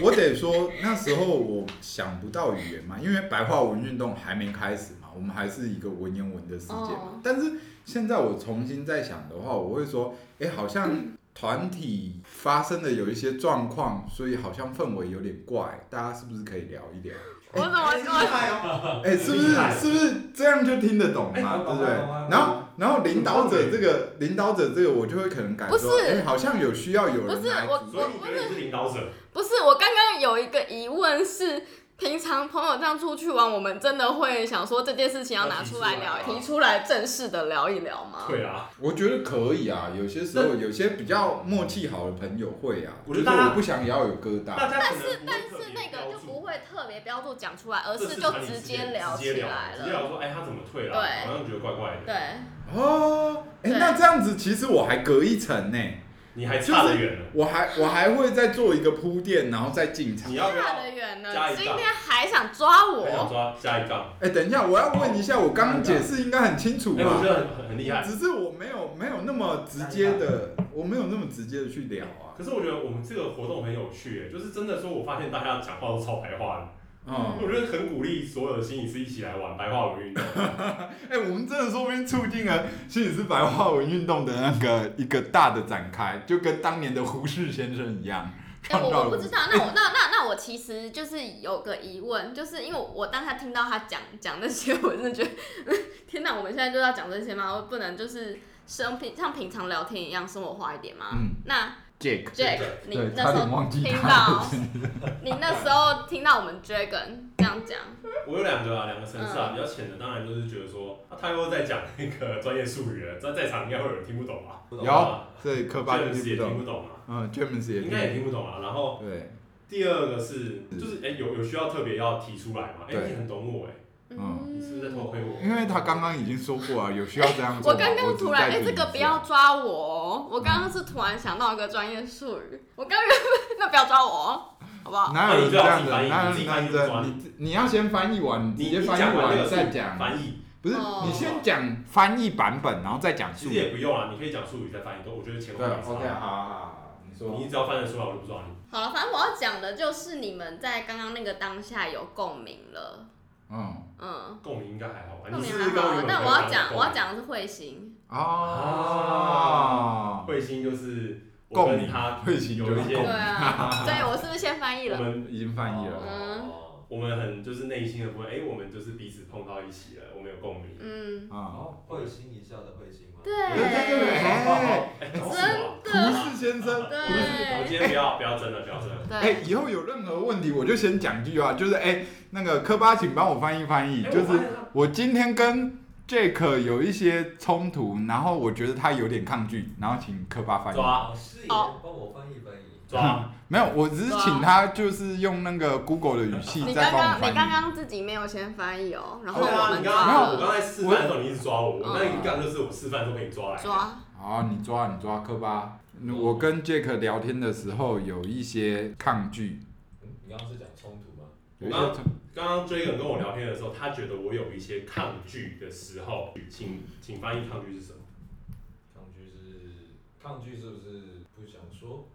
Speaker 1: 我得说那时候我想不到语言嘛，因为白话文运动还没开始嘛，我们还是一个文言文的世界嘛。
Speaker 3: 哦
Speaker 1: 但是现在我重新在想的话，我会说，哎、好像
Speaker 3: 嗯
Speaker 1: 团体发生的有一些状况，所以好像氛围有点怪，大家是不是可以聊一聊？
Speaker 3: 我怎么说？
Speaker 1: 哎、是不是是不是这样就听得懂嘛？
Speaker 4: 哎
Speaker 1: 对不对
Speaker 4: 懂啊懂啊？
Speaker 1: 然后然后领导者这个领导者这个，我就会可能感受
Speaker 3: 不
Speaker 1: 到，
Speaker 3: 是
Speaker 1: 哎、好像有需要有人
Speaker 3: 不是
Speaker 1: 来
Speaker 3: 我
Speaker 1: 主
Speaker 2: 所以你觉得你是领导者？
Speaker 3: 不是，我刚刚有一个疑问是，平常朋友这样出去玩，我们真的会想说这件事情要拿出来聊，
Speaker 4: 要提出来啊
Speaker 3: 提出来正式的聊一聊吗？
Speaker 2: 对啊，
Speaker 1: 我觉得可以啊，有些时候有些比较默契好的朋友会啊，
Speaker 2: 我
Speaker 1: 就是
Speaker 2: 觉得大家
Speaker 1: 我不想也要有疙
Speaker 2: 大
Speaker 1: 瘩。
Speaker 2: 家可能
Speaker 3: 是，
Speaker 2: 不
Speaker 3: 但
Speaker 2: 会特
Speaker 3: 是
Speaker 2: 别
Speaker 3: 那个就
Speaker 2: 标注
Speaker 3: 不会特别标注讲出来，而
Speaker 2: 这
Speaker 3: 是
Speaker 2: 是
Speaker 3: 就
Speaker 2: 他
Speaker 3: 直
Speaker 2: 直
Speaker 3: 接
Speaker 2: 聊
Speaker 3: 起来
Speaker 2: 直接
Speaker 3: 了。
Speaker 2: 聊说，哎，他怎么退了？
Speaker 3: 对
Speaker 2: 好像觉得怪怪的，
Speaker 3: 对，
Speaker 1: 哦，哎、
Speaker 3: 对
Speaker 1: 那这样子其实我还隔一层呢，
Speaker 2: 你还差得远了。
Speaker 1: 我还我还会再做一个铺垫，然后再进场
Speaker 2: 你。要不要
Speaker 3: 差得远呢
Speaker 2: 加，一
Speaker 3: 今
Speaker 2: 杠
Speaker 3: 天还想抓
Speaker 2: 还想
Speaker 3: 我，
Speaker 2: 抓加一杠？
Speaker 1: 哎、等一下，我要问一下，我刚刚解释应该很清楚
Speaker 2: 哎，
Speaker 1: 吧？
Speaker 2: 我觉得很很很厉害。
Speaker 1: 只是我没有没有那么直接的，我没有那么直接的去聊啊。
Speaker 2: 可是我觉得我们这个活动很有趣，哎就是真的说，我发现大家讲话都超白话的。
Speaker 1: 嗯，
Speaker 2: 我觉得很鼓励所有的心理师一起来玩白话文运动。
Speaker 1: 哎、我们真的说不定促进了心理师白话文运动的那个一个大的展开，就跟当年的胡适先生一样，
Speaker 3: 哎，
Speaker 1: 创
Speaker 3: 我
Speaker 1: 造
Speaker 3: 我
Speaker 1: 了
Speaker 3: 不知道，那我那那那我其实就是有个疑问，就是因为我当他听到他讲讲那些，我真的觉得， [laughs] 天哪，我们现在就要讲这些吗？我不能就是生平像平常聊天一样生活化一点吗？
Speaker 1: 嗯
Speaker 3: 那
Speaker 1: Jack，
Speaker 3: Jack，你
Speaker 1: 对，
Speaker 3: 那
Speaker 1: 差
Speaker 3: 时
Speaker 1: 点
Speaker 3: 候
Speaker 1: 忘记
Speaker 3: 听
Speaker 1: 他
Speaker 3: 到
Speaker 1: 的声音。
Speaker 3: 你那时候听到我们 Dragon 这样讲，
Speaker 2: 我有两个啊，两个层次啊，比较浅的当然就是觉得说，啊、他又在讲那个专业术语了，在在场应该会有人听不懂吧？
Speaker 1: 有
Speaker 2: 懂啊
Speaker 1: [laughs] 对，科巴就
Speaker 2: ，James
Speaker 1: 听
Speaker 2: 也
Speaker 1: 不
Speaker 2: 听
Speaker 1: 懂，
Speaker 2: 不懂啊，
Speaker 1: 嗯，James 也
Speaker 2: 应
Speaker 1: 听
Speaker 2: 该也
Speaker 1: 不
Speaker 2: 听不懂啊。然后
Speaker 1: 懂，对，
Speaker 2: 第二个是，就是哎、有有需要特别要提出来吗？哎、
Speaker 1: 对
Speaker 2: 你很懂我哎、
Speaker 1: 嗯
Speaker 2: 你是不是在偷窥我？
Speaker 1: 因为他刚刚已经说过啊，有需要这样做
Speaker 3: [laughs] 我
Speaker 1: 吗。
Speaker 3: 刚刚
Speaker 1: 只是
Speaker 3: 突然，
Speaker 1: 再
Speaker 3: 哎、
Speaker 1: 提
Speaker 3: 这个
Speaker 1: 一
Speaker 3: 不
Speaker 1: 次
Speaker 3: 要抓我哦！我刚刚是突然想到一个专业术语，我刚 [laughs] 原本那不要抓我哦，好不好？
Speaker 1: 哪有人这样的？
Speaker 2: 那你最
Speaker 1: 哪
Speaker 2: 好
Speaker 1: 有人
Speaker 2: 自己
Speaker 1: 这样的？
Speaker 2: 翻译你
Speaker 1: 你自你要先翻译完，
Speaker 2: 你
Speaker 1: 直接翻
Speaker 2: 你讲
Speaker 1: 译
Speaker 2: 完那
Speaker 1: 完
Speaker 2: 个
Speaker 1: 再讲。
Speaker 2: 翻译
Speaker 1: 不是，
Speaker 3: 哦
Speaker 1: 你先讲翻译版本，然后再讲
Speaker 2: 其
Speaker 1: 术
Speaker 2: 实
Speaker 1: 语。
Speaker 2: 也不用啊，你可以讲术语再翻译都，我觉得前后没差。
Speaker 1: 好好好，你
Speaker 2: 你只要翻得出来，我就不抓你。
Speaker 3: 好了，反正我要讲的就是你们在刚刚那个当下有共鸣了，
Speaker 1: 嗯，
Speaker 3: 嗯，
Speaker 2: 共鸣应该还好吧？
Speaker 3: 共
Speaker 2: 你
Speaker 3: 鸣
Speaker 2: 是不是
Speaker 3: 还
Speaker 2: 跟
Speaker 3: 好
Speaker 2: 我
Speaker 3: 啊
Speaker 2: 有。
Speaker 3: 但我要讲，我要
Speaker 2: 共鸣。
Speaker 3: 讲的是彗星，
Speaker 1: 哦，
Speaker 2: 彗星就是我跟他
Speaker 1: 共鸣彗星就是
Speaker 2: 有一些
Speaker 1: 共
Speaker 3: 对
Speaker 1: 鸣
Speaker 3: 啊，所以我是不是先翻译
Speaker 2: 我
Speaker 3: 了？
Speaker 2: 们
Speaker 1: 已经翻译了。
Speaker 3: 嗯
Speaker 2: 哦，我们很就是内心的部分，哎、我们就是彼此碰到一起了，我们有共鸣。
Speaker 3: 嗯，
Speaker 1: 啊，
Speaker 4: 哦，会心一笑的会心吗？
Speaker 3: 对，
Speaker 1: 对对对，哎，
Speaker 3: 嗯
Speaker 2: 哎、搞什么啊？
Speaker 1: 胡适先生。
Speaker 2: 我们是我们
Speaker 3: 对
Speaker 2: 今天不要不要争了，不要争了。
Speaker 1: 哎
Speaker 3: 对，，
Speaker 1: 以后有任何问题，我就先讲句啊，就是哎，那个科巴，请帮我翻译翻译，
Speaker 2: 哎
Speaker 1: 就
Speaker 2: 我发
Speaker 1: 是
Speaker 2: 现他
Speaker 1: 我今天跟 Jake 有一些冲突，然后我觉得他有点抗拒，然后请科巴翻译。
Speaker 2: 抓
Speaker 4: 老师也
Speaker 3: 哦
Speaker 4: 帮我翻译翻译。
Speaker 2: 抓，
Speaker 1: 没有，我只是请他就是用那个 Google 的语
Speaker 3: 啊你
Speaker 1: 气再
Speaker 3: 刚
Speaker 1: 帮我
Speaker 3: 刚你刚
Speaker 1: 翻译。
Speaker 3: 刚自己没有先翻译哦，然后
Speaker 2: 对
Speaker 3: 我
Speaker 2: 啊，
Speaker 3: 们
Speaker 2: 你刚刚我
Speaker 3: 抓嗯
Speaker 2: 刚才示范的时候，你一直抓我，我刚才一刚就是我示范的时候被你抓来。
Speaker 3: 抓。
Speaker 1: 好，哦你抓你抓科巴。我跟 Jake 聊天的时候有一些抗拒，
Speaker 4: 嗯你刚刚是讲冲突吗？
Speaker 1: 有一些
Speaker 3: 啊
Speaker 2: 我刚刚 Dragon 跟我聊天的时候，他觉得我有一些抗拒的时候，请请翻译抗拒是什么？
Speaker 4: 抗拒是抗拒，是不是不想说？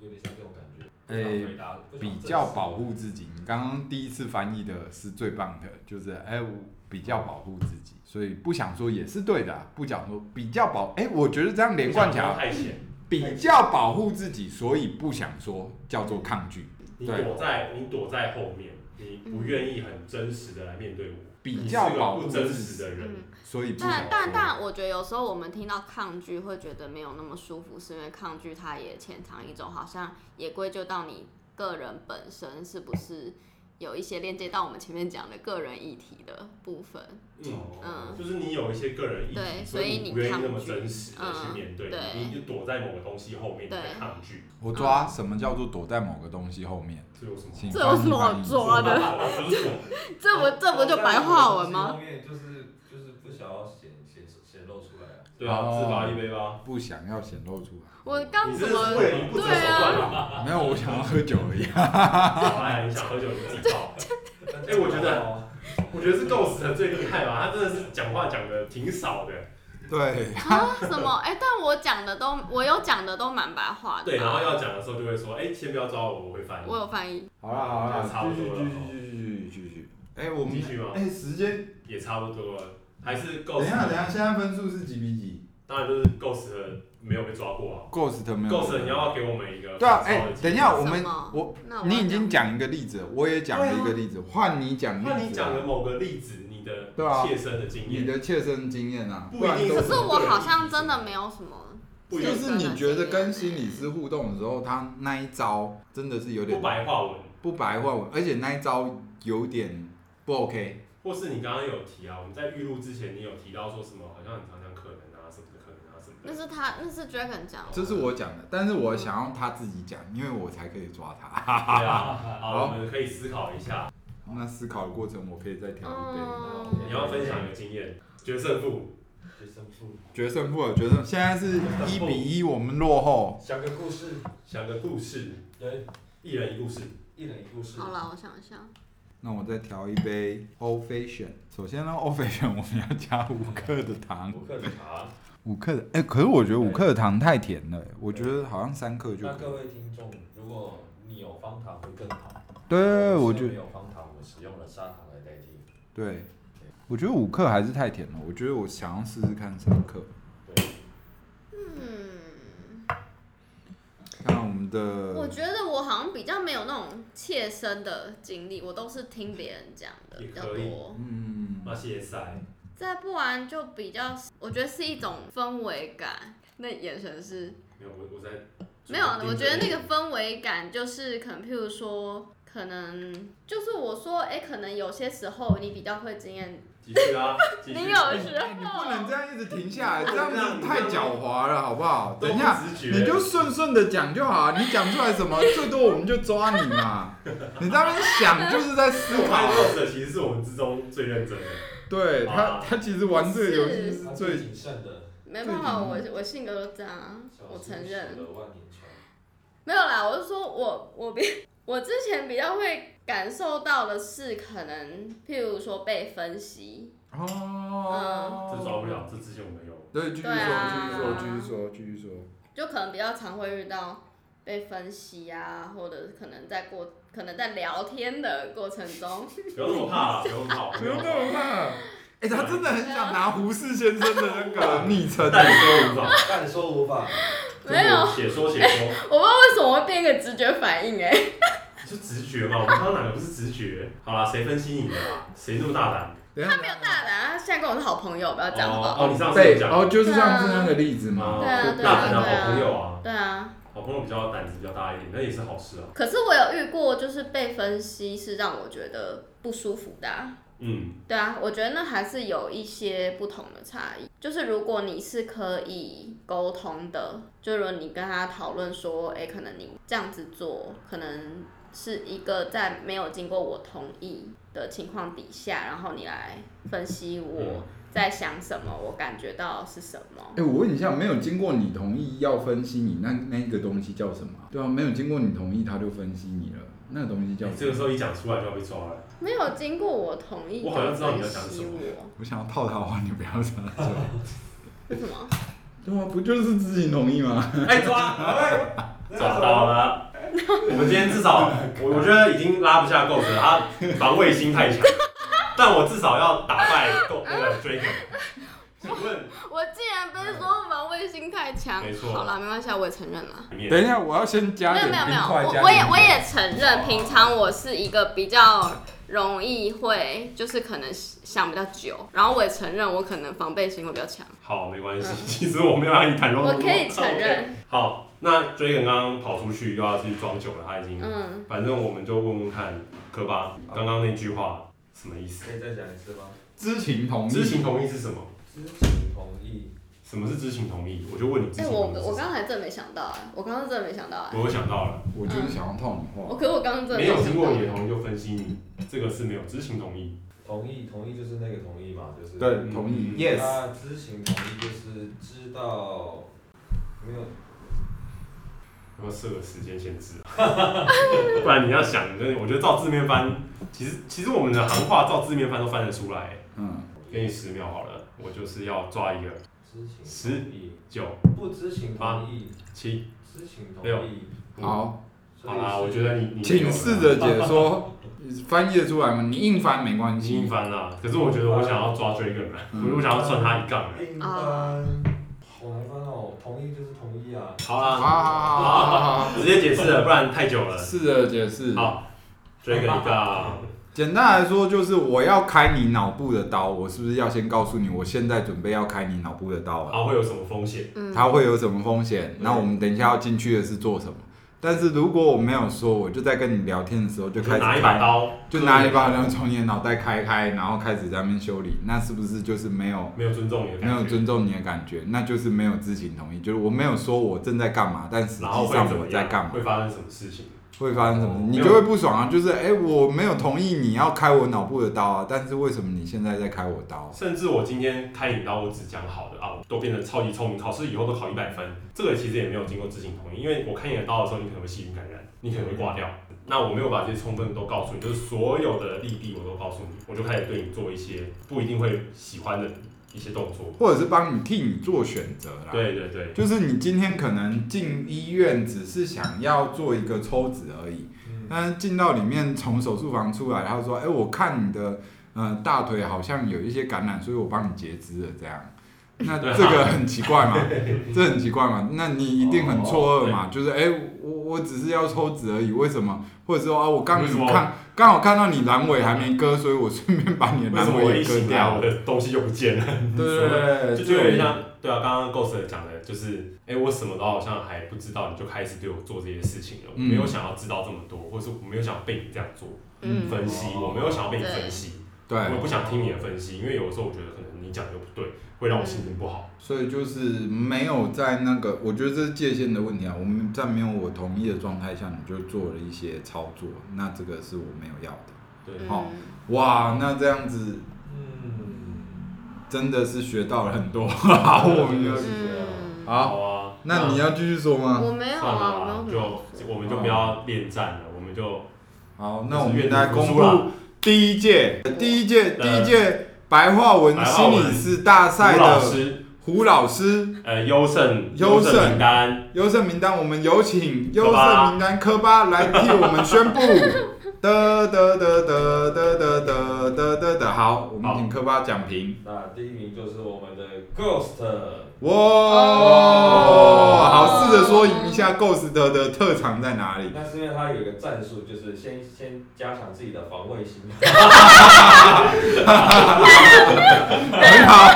Speaker 4: 有点像这种感觉。不想
Speaker 1: 诶
Speaker 4: 回答，不想
Speaker 1: 哎比
Speaker 4: 正
Speaker 1: 较
Speaker 4: 视
Speaker 1: 保护自己。你刚刚第一次翻译的是最棒的，就是哎、我比较保护自己，所以不想说也是对的啊、不想说比较保哎、我觉得这样连贯起
Speaker 2: 不想说
Speaker 1: 来，
Speaker 2: 太浅，
Speaker 1: 比较保护自己，所以不想说叫做抗拒，
Speaker 2: 你
Speaker 1: 对
Speaker 2: 躲在你躲在后面，你不
Speaker 3: 嗯
Speaker 2: 愿意很真实的来面对我，
Speaker 1: 比
Speaker 2: 你是
Speaker 1: 较保
Speaker 2: 个
Speaker 1: 护
Speaker 2: 不
Speaker 1: 自
Speaker 2: 真实
Speaker 1: 己，
Speaker 2: 的人。
Speaker 3: 嗯
Speaker 1: 所以不想
Speaker 3: 但但
Speaker 1: 说。
Speaker 3: 但，我觉得有时候我们听到抗拒会觉得没有那么舒服，是因为抗拒它也潜藏一种好像也归咎到你个人本身是不是有一些链接到我们前面讲的个人议题的部分。
Speaker 2: 嗯
Speaker 3: 嗯，
Speaker 2: 就是你有一些个人意
Speaker 3: 对
Speaker 2: 义，
Speaker 3: 所以
Speaker 2: 你
Speaker 3: 你
Speaker 2: 不愿意
Speaker 3: 抗
Speaker 2: 那么
Speaker 3: 拒
Speaker 2: 真实的去面对，
Speaker 3: 嗯对
Speaker 2: 你就躲在某个东西后面，你在
Speaker 3: 对
Speaker 2: 抗拒，
Speaker 1: 我抓什么叫做躲在某个东西后面？
Speaker 2: 这有什么？
Speaker 1: 请
Speaker 3: 这有什么
Speaker 1: 翻译翻译
Speaker 3: 好抓的？
Speaker 2: 不是我
Speaker 3: 这
Speaker 2: 哦
Speaker 3: 不这不就白话文吗？
Speaker 4: 后面就是就是不想要显显显露出来啊。
Speaker 2: 对啊，
Speaker 1: 哦
Speaker 2: 自罚一杯吧。
Speaker 1: 不想要显露出来。
Speaker 3: 我刚
Speaker 2: 你
Speaker 3: 啊怎
Speaker 2: 这
Speaker 3: 么
Speaker 2: 是为了你不择手段吧？
Speaker 1: 没有，我想要喝酒而已。啊
Speaker 3: 啊
Speaker 2: 好哎，你想喝酒你自己泡。哎我觉得
Speaker 4: 哦
Speaker 2: 我觉得是 Ghost 的最厉害吧，他真的是讲话讲的挺少的，
Speaker 1: 对，
Speaker 3: 啊什么？哎、但我讲的都我有讲的都蛮白话的吧。
Speaker 2: 对，然后要讲的时候就会说，哎，先不要抓我，我会翻译
Speaker 3: 啊我。有翻译。
Speaker 1: 好了好
Speaker 2: 嗯那差不
Speaker 1: 了，继续
Speaker 2: 多了
Speaker 1: 继续继续继续继续。哎，我们
Speaker 2: 继续吗
Speaker 1: 哎，时间
Speaker 2: 也差不多了，还是
Speaker 1: 等
Speaker 2: Ghost。
Speaker 1: 一下等一下，现在分数是几比几
Speaker 2: 当然就是 Ghost 的没有被抓过啊。
Speaker 1: ？Ghost 没有。
Speaker 2: Ghost，你要不要给我们一个
Speaker 1: 对啊，
Speaker 2: 反
Speaker 1: 哎
Speaker 2: 超的，经
Speaker 1: 等一
Speaker 2: 验
Speaker 1: 下，我们
Speaker 3: 什么
Speaker 1: 我
Speaker 3: 那我
Speaker 1: 你
Speaker 3: 要
Speaker 1: 已经
Speaker 3: 讲
Speaker 1: 讲一个例子，我也讲了一个例子，换你讲例子啊。
Speaker 2: 那你讲的某个例子，你的
Speaker 1: 对啊
Speaker 2: 切身的经
Speaker 1: 你
Speaker 2: 验，
Speaker 1: 的切身经验啊，
Speaker 2: 不一定
Speaker 3: 可
Speaker 1: 然
Speaker 3: 是
Speaker 1: 都
Speaker 3: 我好像真的没有什么。
Speaker 2: 不一
Speaker 1: 就
Speaker 2: 定
Speaker 1: 是你觉得跟心理师互动的时候，他那一招真的是有
Speaker 2: 不
Speaker 1: 点
Speaker 2: 白话文，
Speaker 1: 不白话文，而且那一招有点不 OK。
Speaker 2: 或是你刚刚有提啊，我们在预录之前，你有提到说什么，好像很常讲可能啊什么的，可能啊什么
Speaker 3: 那
Speaker 2: 的。
Speaker 3: 是他，那是 Dragon 讲的。
Speaker 1: 这是我讲的，但是我想要他自己讲，因为我才可以抓他。
Speaker 2: 对啊，好，
Speaker 1: 好
Speaker 2: 我们可以思考一下。
Speaker 1: 那思考的过程，我可以再调一杯。
Speaker 3: 嗯
Speaker 2: 你要分享一个经验，决胜负。
Speaker 4: 学生父母
Speaker 1: 决胜负了，决胜，现在是一比一，我们落后。
Speaker 4: 讲个故事，
Speaker 2: 想个故事，哎
Speaker 4: 人
Speaker 2: 一人一故事。
Speaker 4: 一人一故事。
Speaker 3: 好了，我想一下，
Speaker 1: 那我再调一杯 Old Fashion。首先呢，Old Fashion [laughs] 我们要加五克的糖，
Speaker 4: 我克茶。
Speaker 1: 五克的，哎、可是我觉得五克的糖太甜了，欸我觉得好像三克就
Speaker 4: 那
Speaker 1: 可以。
Speaker 4: 各位听众，如果你有方糖会更好。
Speaker 1: 对，我
Speaker 4: 是
Speaker 1: 觉
Speaker 4: 没
Speaker 1: 得
Speaker 4: 有方糖，我使用了砂糖来代替。
Speaker 1: 对，我觉得五克还是太甜了，我觉得我想要试试看三克。
Speaker 4: 对，
Speaker 3: 嗯，
Speaker 1: 看我们
Speaker 2: 呃
Speaker 3: 我
Speaker 1: 的，
Speaker 3: 觉得我好像比较没有那种切身的经历，我都是听别人讲的
Speaker 2: 也
Speaker 3: 比较
Speaker 2: 可以
Speaker 3: 多。
Speaker 1: 嗯，
Speaker 2: 那谢赛，
Speaker 3: 再不然就比较，我觉得是一种氛围感。那眼神是
Speaker 2: 没有，我我在
Speaker 3: 没有，我觉得那个氛围感就是可能，譬如说，可能就是我说，哎、可能有些时候你比较会经验，
Speaker 2: 继续啊，继续
Speaker 3: [laughs] 你有时
Speaker 1: 哎你不能
Speaker 3: 候
Speaker 1: 这样一直停下来，这样子太狡猾了，好不好？等一下，
Speaker 2: 都不直觉
Speaker 1: 你就顺顺的讲就好，你讲出来什 [laughs] 么，最多我们就抓你嘛。你在那边想就是在思
Speaker 2: 我
Speaker 1: 考 [laughs]
Speaker 2: 看，作者其实是我们之中最认真的，
Speaker 1: 对他，他其实玩这个游戏啊是
Speaker 4: 他
Speaker 1: 最
Speaker 4: 最谨慎的，
Speaker 3: 没办法，我
Speaker 1: 最
Speaker 3: 我性格都这样啊，我承认。
Speaker 4: 了万年 [laughs] 船。
Speaker 3: 没有啦，我是说我我比 [laughs] 我之前比较会感受到的是，可能譬如说被分析，
Speaker 1: 哦，
Speaker 2: 这抓不了，这之前我们有。
Speaker 1: 对，继续
Speaker 3: 对啊
Speaker 1: 说，继续说，继续说，继续说。
Speaker 3: 就可能比较常会遇到被分析啊，或者可能在过可能在聊天的过程中，
Speaker 2: 不用那么
Speaker 1: [laughs]
Speaker 2: 怕啦，不用怕，
Speaker 1: 不用那么怕。哎、他真的很想拿胡适先生的 [laughs] 那个昵称。
Speaker 2: 但说无妨，
Speaker 4: 但说无法，
Speaker 3: 没有，
Speaker 2: 写说写说，
Speaker 3: 我不知道为什么会变一个直觉反应哎、
Speaker 2: 就直觉嘛。我们刚刚哪个不是直觉？好啦，谁分析你的啦？谁那么大胆？
Speaker 1: 等一
Speaker 3: 他
Speaker 1: 下
Speaker 3: 没有大胆啊，他现在跟我是好朋友，不要这样好不好？
Speaker 2: 哦，你上次有
Speaker 1: 被
Speaker 2: 讲
Speaker 1: 哦，就是上次那个例子嘛。
Speaker 2: 哦
Speaker 3: 对啊
Speaker 2: 就
Speaker 3: 对啊
Speaker 2: 大胆的
Speaker 3: 对啊
Speaker 2: 好朋友啊，
Speaker 3: 对啊，
Speaker 2: 好朋友比较胆子比较大一点，那也是好事啊。
Speaker 3: 可是我有遇过，就是被分析是让我觉得不舒服的啊、
Speaker 2: 嗯，
Speaker 3: 对啊，我觉得那还是有一些不同的差异。就是如果你是可以沟通的，就如果你跟他讨论说，哎、可能你这样子做，可能是一个在没有经过我同意的情况底下，然后你来分析
Speaker 2: 嗯
Speaker 3: 我在想什么，我感觉到是什么
Speaker 1: 哎、。我问一下，没有经过你同意要分析你那那一个东西叫什么啊？对啊，没有经过你同意他就分析你了，那个东西叫
Speaker 2: 你
Speaker 1: 什
Speaker 2: 哎这个
Speaker 1: 么？
Speaker 2: 时候一讲出来就要被抓
Speaker 1: [laughs]
Speaker 2: 了。
Speaker 3: 没有经过我同意，
Speaker 2: 我好像知道你要讲
Speaker 3: 分析
Speaker 2: 什么
Speaker 3: 我
Speaker 1: 我想要套他话，你不要这样做。
Speaker 3: 为什么？
Speaker 1: [laughs]
Speaker 3: [laughs]
Speaker 1: 对啊，不就是自己同意吗？
Speaker 2: 哎，抓！找到了。我们今天至少，我我觉得已经拉不下够子了，他防卫心太强。但我至少要打败够那个 Draken。请问
Speaker 3: 我竟然被说防卫心太强，
Speaker 2: 没错
Speaker 3: 好啦，没关系啊，我也承认了。
Speaker 2: 里面
Speaker 1: 等一下，我要先加
Speaker 3: 没有
Speaker 1: 点
Speaker 3: 没有没
Speaker 1: 冰
Speaker 3: 有，
Speaker 1: 块，
Speaker 3: 我
Speaker 1: 加
Speaker 3: 我也
Speaker 1: 点
Speaker 3: 我也承认，平常我是一个比较容易会，就是可能想比较久，然后我也承认我可能防备心会比较强，
Speaker 2: 好，没关系。其实我没有让你袒露
Speaker 3: 嗯
Speaker 2: 我
Speaker 3: 我可以承。认，
Speaker 2: 好，那 Draken 刚刚跑出去又要去装酒了，他已经。
Speaker 3: 嗯，
Speaker 2: 反正我们就问问看科巴刚刚那句话什么意思？
Speaker 4: 可以再讲一次吗？
Speaker 1: 知情同意。
Speaker 2: 知情同意是什么？
Speaker 4: 知情同意，
Speaker 2: 什么是知情同意？我就问你知
Speaker 3: 哎、
Speaker 2: 情
Speaker 3: 我
Speaker 2: 同意是什么。
Speaker 3: 我刚才真的没想到、哎，我刚刚真的没想到、哎，
Speaker 2: 我又想到了。
Speaker 1: 我就是想要套你话
Speaker 3: 我。可是我刚刚真的
Speaker 2: 嗯没有
Speaker 3: 想
Speaker 2: 经
Speaker 3: 到
Speaker 2: 过，你的同意就分析你，这个是没有知情同意。
Speaker 4: 同意同意就是那个同意嘛，就是。
Speaker 1: 对，同意。
Speaker 2: 嗯
Speaker 1: Yes。
Speaker 4: 那知情同意就是知道，没有
Speaker 2: 然后设个时间限制啊， [laughs] 不然你要想，真的我觉得照字面翻，其实其实我们的行话照字面翻都翻得出来。
Speaker 1: 嗯，
Speaker 2: 给你十秒好了，我就是要抓一个
Speaker 4: 知情
Speaker 2: 十
Speaker 4: 同意，
Speaker 2: 九
Speaker 4: 不知情同意，
Speaker 2: 七。
Speaker 4: 知情同
Speaker 2: 六
Speaker 4: 意。
Speaker 1: 嗯好。
Speaker 4: 所以
Speaker 2: 好啦，
Speaker 4: 是
Speaker 2: 我觉得你你
Speaker 1: 请试着解说，翻译得出来吗？你硬翻没关
Speaker 2: 已经
Speaker 1: 系。
Speaker 2: 翻啦。可是我觉得我想要抓追一个人，我我想要算他一杠人。
Speaker 4: 硬翻，
Speaker 3: 啊
Speaker 4: 好难翻哦。同意就是同意啊。
Speaker 2: 好
Speaker 1: 好
Speaker 2: 啦，
Speaker 1: 好好好好好
Speaker 2: 直接解释了，不然太久了 [laughs]
Speaker 1: 好，。试着解释。
Speaker 2: 好，追一个一杠，
Speaker 1: 简单来说就是我要开你脑部的刀，我是不是要先告诉你，我现在准备要开你脑部的刀了？
Speaker 2: 然后会有什么风险？
Speaker 3: 嗯，
Speaker 1: 它会有什么风险？
Speaker 2: 嗯
Speaker 1: 那我们等一下要进去的是做什么？但是如果我没有说，我就在跟你聊天的时候就开始
Speaker 2: 拿一把
Speaker 1: 开
Speaker 2: 刀，
Speaker 1: 就拿一把，然后从你的脑袋开开，然后开始在那边修理，那是不是就是没有
Speaker 2: 没有尊重你的
Speaker 1: 没
Speaker 2: 感觉，
Speaker 1: 有尊重你的感觉？那就是没有知情同意，就是我没有说我正在干嘛，但实际
Speaker 2: 然后会怎
Speaker 1: 上
Speaker 2: 么
Speaker 1: 我
Speaker 2: 样
Speaker 1: 在干嘛
Speaker 2: 会，发生什么事情？
Speaker 1: 会发生什么
Speaker 2: 哦
Speaker 1: 事？你就会不爽啊！就是哎、我没有同意你要开我脑部的刀啊，但是为什么你现在在开我刀？
Speaker 2: 甚至我今天开你刀，我只讲好的啊，我都变得超级聪明，考试以后都考一百分。这个其实也没有经过知情同意，因为我开你的刀的时候，你可能会细菌感染，你可能会挂掉。那我没有把这些充分都告诉你，就是所有的利弊我都告诉你，我就开始对你做一些不一定会喜欢的一些动作。
Speaker 1: 或者是帮你替你做选择啦。
Speaker 2: 对对对，
Speaker 1: 就是你今天可能进医院只是想要做一个抽脂而已，
Speaker 4: 嗯，
Speaker 1: 但是进到里面从手术房出来，然后说：“哎、我看你的呃大腿好像有一些感染，所以我帮你截肢了。”这
Speaker 2: [laughs]
Speaker 1: 样，那
Speaker 2: 对啊
Speaker 1: 这个很奇怪
Speaker 2: [laughs]
Speaker 1: 嘛？这很奇怪嘛？那你一定很错愕嘛？
Speaker 2: 哦
Speaker 1: 就是哎、我我只是要抽脂而已，为什么？或者说啊，我刚
Speaker 2: 为什么
Speaker 1: 看刚好看到你阑尾还没割，所以我顺便把你的
Speaker 2: 为什
Speaker 1: 阑
Speaker 2: 么我
Speaker 1: 尾
Speaker 2: 一
Speaker 1: 也割
Speaker 2: 醒来，
Speaker 1: 掉
Speaker 2: 啊我
Speaker 1: 了。
Speaker 2: 的东西就不见了？
Speaker 1: 对对对，
Speaker 2: 就
Speaker 1: 呃对
Speaker 2: 就有点像，对啊，刚刚 Ghost 讲的，就是，哎、我什么都好像还不知道，你就开始对我做这些事情了，我
Speaker 1: 嗯
Speaker 2: 没有想要知道这么多，或是我没有想要被你这样做
Speaker 3: 嗯，
Speaker 2: 分析，
Speaker 4: 哦
Speaker 2: 我没有想要被你
Speaker 3: 对
Speaker 2: 分析，
Speaker 1: 对
Speaker 2: 我也不想听你的分析，因为有的时候我觉得可能你讲的又不对，会让我心情不好。
Speaker 1: 所以就是没有在那个，我觉得这是界限的问题啊。我们在没有我同意的状态下，你就做了一些操作，那这个是我没有要的。
Speaker 2: 对，
Speaker 1: 好哇，那这样子
Speaker 4: 嗯，
Speaker 1: 真的是学到了很多。 [laughs] 好，我们就
Speaker 3: 嗯，
Speaker 1: 好。
Speaker 2: 好啊，
Speaker 1: 那你要继续说吗？
Speaker 3: 我没有
Speaker 2: 算了
Speaker 3: 啊，我没
Speaker 2: 啦
Speaker 3: 有，什么好
Speaker 2: 就我们就不要恋战了，我们就
Speaker 1: 好，那我
Speaker 2: 就是
Speaker 1: 们
Speaker 2: 阅读
Speaker 1: 来
Speaker 2: 图
Speaker 1: 公
Speaker 2: 书
Speaker 1: 布
Speaker 2: 啦
Speaker 1: 第一届，第一届，第一届白话文
Speaker 2: 白话
Speaker 1: 心
Speaker 2: 文
Speaker 1: 理师大
Speaker 2: 胡
Speaker 1: 赛
Speaker 2: 老
Speaker 1: 的
Speaker 2: 师，
Speaker 1: 胡老师
Speaker 2: 呃，优胜
Speaker 1: 优胜
Speaker 2: 胜名单，
Speaker 1: 优胜名单，我们有请优
Speaker 2: 科巴
Speaker 1: 胜名单科巴来替我们宣
Speaker 2: [laughs]
Speaker 1: 布。得得得得得得得得得得，好，我们请科巴讲评。
Speaker 4: 那第一名就是我们的 Ghost。
Speaker 1: 哇，
Speaker 3: 哦
Speaker 1: 好，试着说一下 Ghost 的的特长在哪
Speaker 2: [laughs]
Speaker 1: 里？
Speaker 4: 那是因为他有一个战术，就是先先加强自己的防卫
Speaker 2: [laughs]
Speaker 4: 心。
Speaker 1: 很好，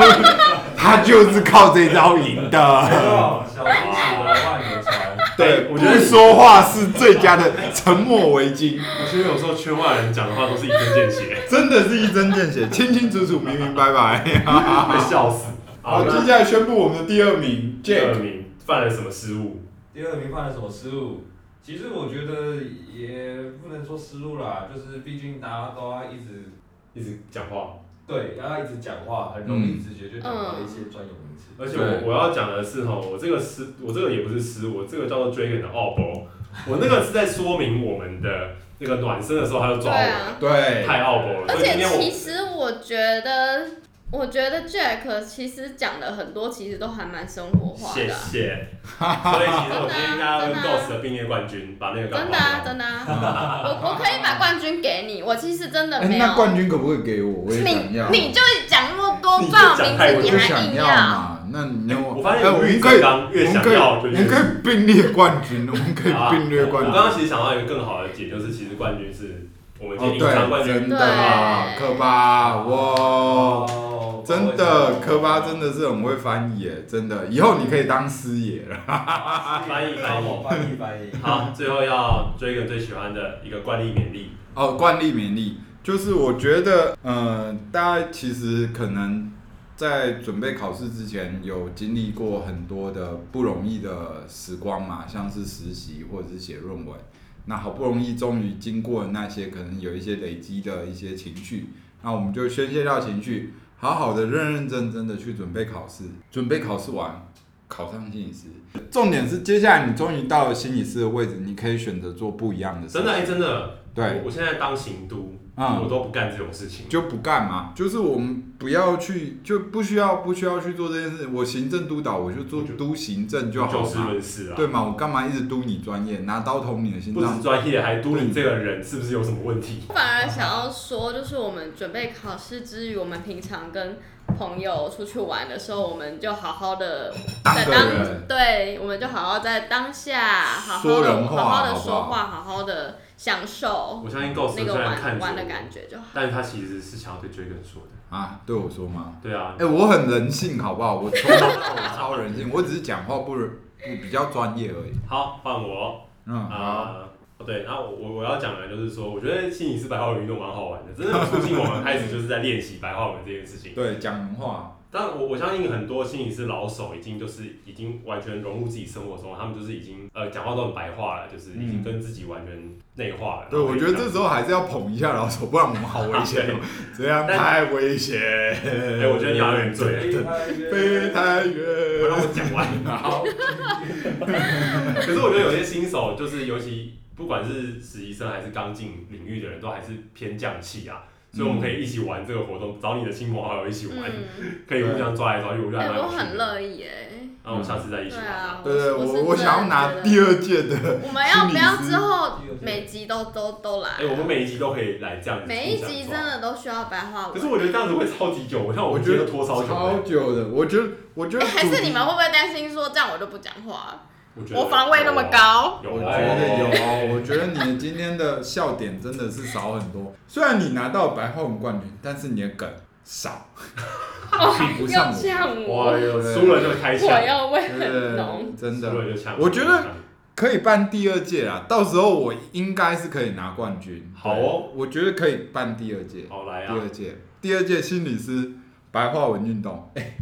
Speaker 1: 他就是靠这招赢的。
Speaker 2: [laughs]
Speaker 4: 小心驶得万年船。
Speaker 1: 对，
Speaker 2: 我
Speaker 1: 不
Speaker 2: 觉得
Speaker 1: 说话是最佳的沉默为金，
Speaker 2: 我觉得有时候圈外人讲的话都是一针见血，
Speaker 1: 真的是一针见血，清清楚楚，明明白白。
Speaker 2: [laughs] 会笑死。
Speaker 1: 啊好，
Speaker 2: 那
Speaker 1: 接下来宣布我们的第二名
Speaker 2: 第二
Speaker 1: Jack。
Speaker 2: 名犯了什么失误？
Speaker 4: 第二名犯了什么失误？其实我觉得也不能说失误啦，就是毕竟大家都要一直
Speaker 2: 一直讲话，
Speaker 4: 对，要一直讲话，很容易直觉就讲到一些专有名词。
Speaker 2: 嗯而且
Speaker 1: 对
Speaker 2: 我我要讲的是哈，我这个失，我这个也不是失误，我这个叫做 Dragon 的 o b o 我那个是在说明我们的那个暖身的时候，他就
Speaker 3: 对
Speaker 2: 抓我，
Speaker 3: 啊，
Speaker 1: 对，
Speaker 2: 太 o b o 了。
Speaker 3: 而
Speaker 2: 所以今
Speaker 3: 且
Speaker 2: 天
Speaker 3: 其
Speaker 2: 我
Speaker 3: 实我觉得，我觉得 Jack 其实讲的很多，其实都还蛮生活化
Speaker 2: 谢
Speaker 3: 的啊，
Speaker 2: 谢，所以其实我今天应该要跟
Speaker 3: 真的啊
Speaker 2: Ghost 的并列冠军把那个干
Speaker 3: 真
Speaker 2: 爆
Speaker 3: 的啊，
Speaker 2: 掉。
Speaker 3: 真的
Speaker 1: [laughs]
Speaker 3: 啊，
Speaker 1: 嗯
Speaker 3: 我我可以把冠军给你，我其实真的
Speaker 1: 哎，
Speaker 3: 没有。
Speaker 1: 那冠军可不可以给我？我也想
Speaker 3: 你
Speaker 1: 要，哎
Speaker 3: 你就讲那么多
Speaker 2: 你就
Speaker 3: 报
Speaker 2: 讲
Speaker 3: 名
Speaker 2: 太多
Speaker 3: 字，
Speaker 1: 我
Speaker 3: 你
Speaker 1: 就
Speaker 3: 还
Speaker 1: 想
Speaker 3: 硬
Speaker 1: 要嘛。那你
Speaker 3: 啊
Speaker 2: 我发现
Speaker 1: 哎
Speaker 2: 我
Speaker 1: 们
Speaker 2: 越
Speaker 1: 可以
Speaker 2: 紧，张越
Speaker 1: 我们
Speaker 2: 想
Speaker 1: 可以，
Speaker 2: 要
Speaker 1: 我
Speaker 2: 就
Speaker 1: 们
Speaker 2: 越
Speaker 1: 可以并列冠军，我们可以并列
Speaker 2: 啊我
Speaker 1: 冠
Speaker 2: 刚
Speaker 1: 军。
Speaker 2: 刚其实想到一个更好的解，就是其实冠军是我们今
Speaker 1: 哦，
Speaker 2: 天赢场
Speaker 1: 对，
Speaker 2: 冠军
Speaker 1: 真的啊，
Speaker 3: 对
Speaker 1: 科巴，哇，
Speaker 4: 哦
Speaker 1: 真的，科巴真的是很会翻译耶，真的，以后你可以当师爷了。
Speaker 2: 翻译翻译
Speaker 4: 翻译。翻译翻译。
Speaker 2: 好，最后要追一个最喜欢的一个惯例勉励，
Speaker 1: 哦，惯例勉励，就是我觉得，呃，大家其实可能在准备考试之前，有经历过很多的不容易的时光嘛，像是实习或者是写论文。那好不容易终于经过那些可能有一些累积的一些情绪，那我们就宣泄掉情绪，好好的认认真真的去准备考试，准备考试完。考上心理师，重点是接下来你终于到了心理师的位置，你可以选择做不一样的事。
Speaker 2: 真的哎、真的，
Speaker 1: 对，
Speaker 2: 我我现在当刑督，
Speaker 1: 嗯
Speaker 2: 我都不干这种事情，
Speaker 1: 就不干嘛，就是我们不要去，就不需要不需要去做这件事。我行政督导，我就做
Speaker 2: 我就
Speaker 1: 督行政就好
Speaker 2: 就事
Speaker 1: 嘛，
Speaker 2: 论事啊，
Speaker 1: 对嘛？我干嘛一直督你专业，拿刀捅你的心
Speaker 2: 不止
Speaker 1: 脏？
Speaker 2: 专业，还督你这个人是不是有什么问题？
Speaker 3: 我反而想要说，就是我们准备考试之余，我们平常跟朋友出去玩的时候，我们就好好的
Speaker 1: 当
Speaker 3: 在
Speaker 1: 个人
Speaker 3: 当，对，我们就好好在当下，好好
Speaker 1: 说人
Speaker 3: 的
Speaker 1: 话
Speaker 3: 好好
Speaker 1: 好
Speaker 3: 的
Speaker 1: 不好
Speaker 3: 说话，好好的享受
Speaker 1: 哦
Speaker 2: 我相信 Ghost 虽
Speaker 3: 那个
Speaker 2: 然看
Speaker 3: 玩
Speaker 2: 着
Speaker 3: 玩的
Speaker 2: 我，
Speaker 3: 感觉就好。
Speaker 2: 但是他其实是想要对 Dragon 说的，
Speaker 1: 啊，对我说吗？
Speaker 2: 对啊
Speaker 1: [laughs] 哎、，我很人性，好不好？我从头到尾超人性，我只是讲话不不比较专业而已。
Speaker 2: 好，换我，
Speaker 1: 嗯，好，
Speaker 2: 啊、哦对，然后我我我要讲的就是说，我觉得心理师白话文运动蛮好玩的，真的促进我们开始就是在练习白话文这件事情。
Speaker 1: 对，讲人话，
Speaker 2: 但我我相信很多心理师老手已经就是已经完全融入自己生活中，他们就是已经呃讲话都很白话了，就是已
Speaker 1: 嗯
Speaker 2: 经跟自己完全内化了。
Speaker 1: 对，
Speaker 2: 然后
Speaker 1: 我觉得这时候还是要捧一下老手，不然我们好危险
Speaker 2: [laughs]
Speaker 1: 哦，这样太危险。
Speaker 2: 哎、我觉得你好像有点醉了，
Speaker 4: 飞太远
Speaker 1: 飞太
Speaker 2: 不让
Speaker 1: 远，[laughs]
Speaker 2: 我讲完。
Speaker 1: 好，
Speaker 2: 可是我觉得有些新手，就是尤其不管是实习生还是刚进领域的人，都还是偏匠气啊。所以我们可以一起玩这个活动，找你的亲朋好友一起玩，
Speaker 1: [laughs]
Speaker 3: 嗯，
Speaker 2: 可以互相抓来抓去，我觉得还
Speaker 3: 哎、
Speaker 2: 蛮
Speaker 3: 我
Speaker 2: 有趣的
Speaker 3: 很乐意哎、
Speaker 2: 那我们下次再一起
Speaker 3: 对
Speaker 2: 玩。
Speaker 3: 啊，
Speaker 1: 对对，
Speaker 3: 我
Speaker 1: 我我想要拿第
Speaker 3: 二，
Speaker 1: 二届的，
Speaker 3: 我们要不要
Speaker 1: 心理师
Speaker 3: 之后每集都都都来啊、
Speaker 2: 哎、我们每一集都可以来这样子。
Speaker 3: 每一集真。的都需要白话文。
Speaker 2: 可是我觉得这样子会超级久，我像我
Speaker 1: 我
Speaker 2: 们
Speaker 1: 觉
Speaker 2: 觉
Speaker 1: 得
Speaker 2: 得拖超久欸
Speaker 1: 超
Speaker 2: 了。
Speaker 1: 久的，我觉得我觉
Speaker 3: 哎、
Speaker 1: 得
Speaker 3: [laughs] 还是你们
Speaker 1: 主
Speaker 3: 会不会担心说这样我就不讲话？啊
Speaker 2: 我觉得
Speaker 3: 我防卫那么，高，
Speaker 2: 有
Speaker 1: 我觉
Speaker 2: 啊
Speaker 1: 得有，我觉得你今天的笑点真的是少很多。虽然你拿到白话文冠军，但是你的梗少，
Speaker 3: [laughs]
Speaker 1: 比不上
Speaker 3: 要
Speaker 1: 我。
Speaker 3: 呛
Speaker 2: 哇，
Speaker 3: 我，
Speaker 2: 有输了就开
Speaker 3: [laughs] 我
Speaker 2: 枪，
Speaker 3: 要胃
Speaker 1: 对
Speaker 3: 很浓。
Speaker 1: 对，真
Speaker 2: 输
Speaker 1: 的
Speaker 2: 了就呛。
Speaker 1: 我觉得可以办第二届啦。到时候我应该是可以拿冠军。
Speaker 2: 好哦
Speaker 1: 对，我觉得可以办第二届。
Speaker 2: 好来
Speaker 1: 第
Speaker 2: 啊
Speaker 1: 二，届，第二届心理师白话文运动，哎、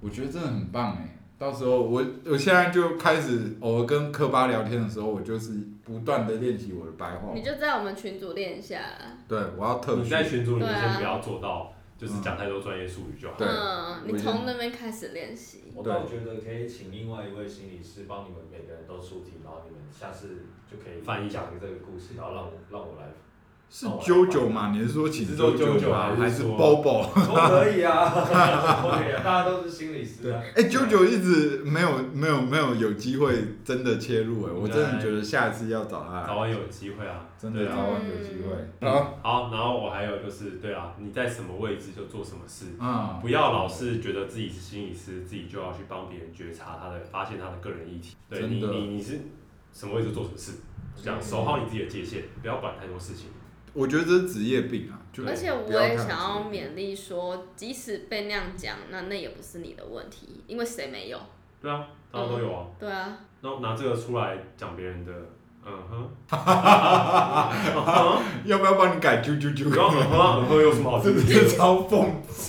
Speaker 1: 我觉得真的很棒哎、到时候我我现在就开始偶尔跟科巴聊天的时候，我就是不断的练习我的白话
Speaker 3: 你
Speaker 1: 文。
Speaker 3: 就在我们群组练一下，
Speaker 1: 对，我要特嗯
Speaker 2: 你在
Speaker 1: 训。
Speaker 2: 群组里面
Speaker 3: 对啊
Speaker 2: 先不要做到，就是讲太多专业术语就好。
Speaker 1: 对
Speaker 3: 嗯，
Speaker 1: 我
Speaker 3: 你
Speaker 1: 已经
Speaker 3: 从那边开始练习。
Speaker 4: 我倒觉得可以请另外一位心理师帮你们每个人都出题，然后你们下次就可以
Speaker 2: 翻译
Speaker 4: 讲这个故事，然后让我让我来，
Speaker 1: 是啾啾吗？你是说请
Speaker 2: 是
Speaker 1: 啾
Speaker 2: 说
Speaker 1: 啾
Speaker 2: JoJo
Speaker 1: 吗？还
Speaker 2: 还
Speaker 1: 是
Speaker 2: 是说
Speaker 1: Bobo？ [laughs]
Speaker 4: 都可以啊，都可以啊，大家都是心理师
Speaker 1: 对，
Speaker 4: 啊。
Speaker 1: 哎，啾啾一直没有没有没有有机会真的切入哎、我真的觉得下次要找
Speaker 2: 早
Speaker 1: 他，
Speaker 2: 晚有机会啊，
Speaker 1: 嗯真
Speaker 2: 对
Speaker 1: 的
Speaker 2: 啊
Speaker 1: 早晚有机会。
Speaker 2: 嗯
Speaker 1: 好，
Speaker 2: 好，然后我还有就是，对啊，你在什么位置就做什么事，
Speaker 1: 嗯，
Speaker 2: 不要老是觉得自己是心理师，自己就要去帮别人觉察他的、发现他的个人议题。对你，
Speaker 1: 真的
Speaker 2: 你你是什么位置做什么事，这
Speaker 3: 嗯
Speaker 2: 样守好你自己的界限，不要管太多事情。
Speaker 1: 我觉得这是职业病啊，就
Speaker 3: 而且我
Speaker 1: 不要
Speaker 3: 也
Speaker 1: 看
Speaker 3: 想要
Speaker 1: 职业病
Speaker 3: 勉励说，即使被那样讲，那那也不是你的问题，因为谁没有？
Speaker 2: 对啊，大家都有啊。
Speaker 3: 对啊，
Speaker 2: 那拿这个出来讲别人的，嗯哼，
Speaker 1: 要不要帮你改啾啾
Speaker 2: 然后
Speaker 1: 啾？ [laughs]
Speaker 2: 嗯哼啊嗯哼有什么好
Speaker 1: 这
Speaker 2: 听？
Speaker 1: 是嘲讽，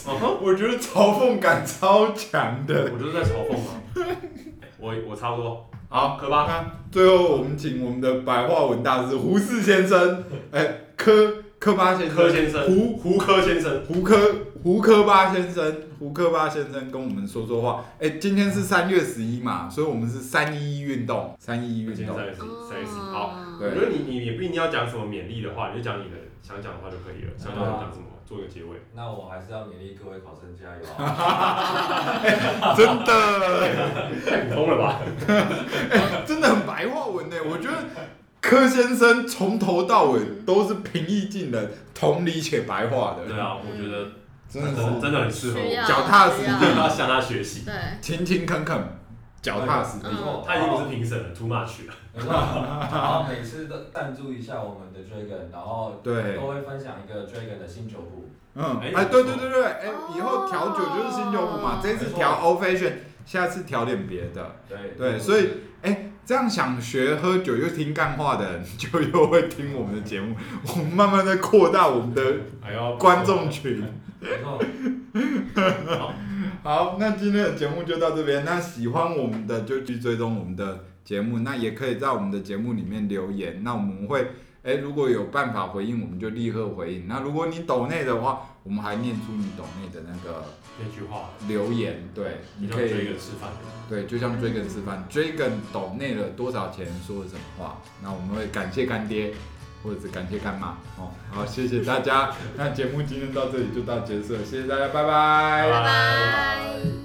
Speaker 2: 嗯哼，
Speaker 1: [laughs] 我觉得嘲讽感超强的。
Speaker 2: 我就是在嘲讽嘛。我我差不多，
Speaker 1: 好
Speaker 2: 可吧？
Speaker 1: 那最后我们请我们的白话文大师胡适先生， [laughs] 哎，科科巴先生，
Speaker 2: 柯先生，
Speaker 1: 胡
Speaker 2: 胡柯先生，
Speaker 1: 胡科胡科巴先生，胡科巴先生跟我们说说话。哎，今天是三月十一嘛，所以我们是三一一运动，三一一
Speaker 2: 今
Speaker 1: 运
Speaker 2: 天
Speaker 1: 动
Speaker 2: 三。月十一三月十一好。
Speaker 1: 对
Speaker 3: 嗯
Speaker 2: 我 [laughs] 觉得你你也不一定要讲什么勉励的话，你就讲你的想讲的话就可以了，想讲讲什么做个结尾。
Speaker 4: 那我还是要勉励各位考生加油啊！
Speaker 1: 真的，
Speaker 2: 太普通了吧？
Speaker 1: 真的很白话文呢。我觉得柯先生从头到尾都是平易近人、同理且白话的。
Speaker 2: 对啊，我觉得
Speaker 1: 真
Speaker 2: 真
Speaker 1: 的
Speaker 2: 的
Speaker 1: 是
Speaker 2: 真的很适合
Speaker 3: 需
Speaker 2: 我，
Speaker 3: 要
Speaker 1: 脚踏实地
Speaker 3: 需要
Speaker 2: 要向他学习。
Speaker 3: 对，
Speaker 1: 勤勤恳恳，脚踏实地。
Speaker 4: 没错，
Speaker 2: 他已经不是评审了，too much 了。
Speaker 4: 没错然后每次都赞助一下我们的 Dragon，然后
Speaker 1: 对
Speaker 4: 都，会分享一个 Dragon 的新酒谱。
Speaker 1: 嗯，
Speaker 2: 哎
Speaker 1: 哎，对对对对，哎
Speaker 3: 哦，
Speaker 1: 以后调酒就是新酒谱嘛，这次
Speaker 4: 没错
Speaker 1: 调 old fashion，下次调点别的。
Speaker 4: 对
Speaker 1: 对，所以哎，这样想学喝酒又听干话的人，就又会听我们的节目，我们慢慢的扩大我们的
Speaker 2: 哎呦，
Speaker 1: 观众群。
Speaker 4: 没错，
Speaker 1: 好，那今天的节目就到这边。那喜欢我们的就去追踪我们的节目，那也可以在我们的节目里面留言。那我们会，哎，如果有办法回应，我们就立刻回应。那如果你抖内的话，我们还念出你抖内的那个
Speaker 2: 那句话，
Speaker 1: 留言。对，你
Speaker 2: 你就
Speaker 1: 可
Speaker 2: 追一个
Speaker 1: 以，
Speaker 2: 吃饭的。
Speaker 1: 对，就像追根吃饭，追根抖内了多少钱，说了什么话，那我们会感谢干爹。或者是感谢干妈哦，好，谢谢大家。那节目今天到这里就到结束了，谢谢大家，拜拜
Speaker 2: 拜
Speaker 3: 拜拜。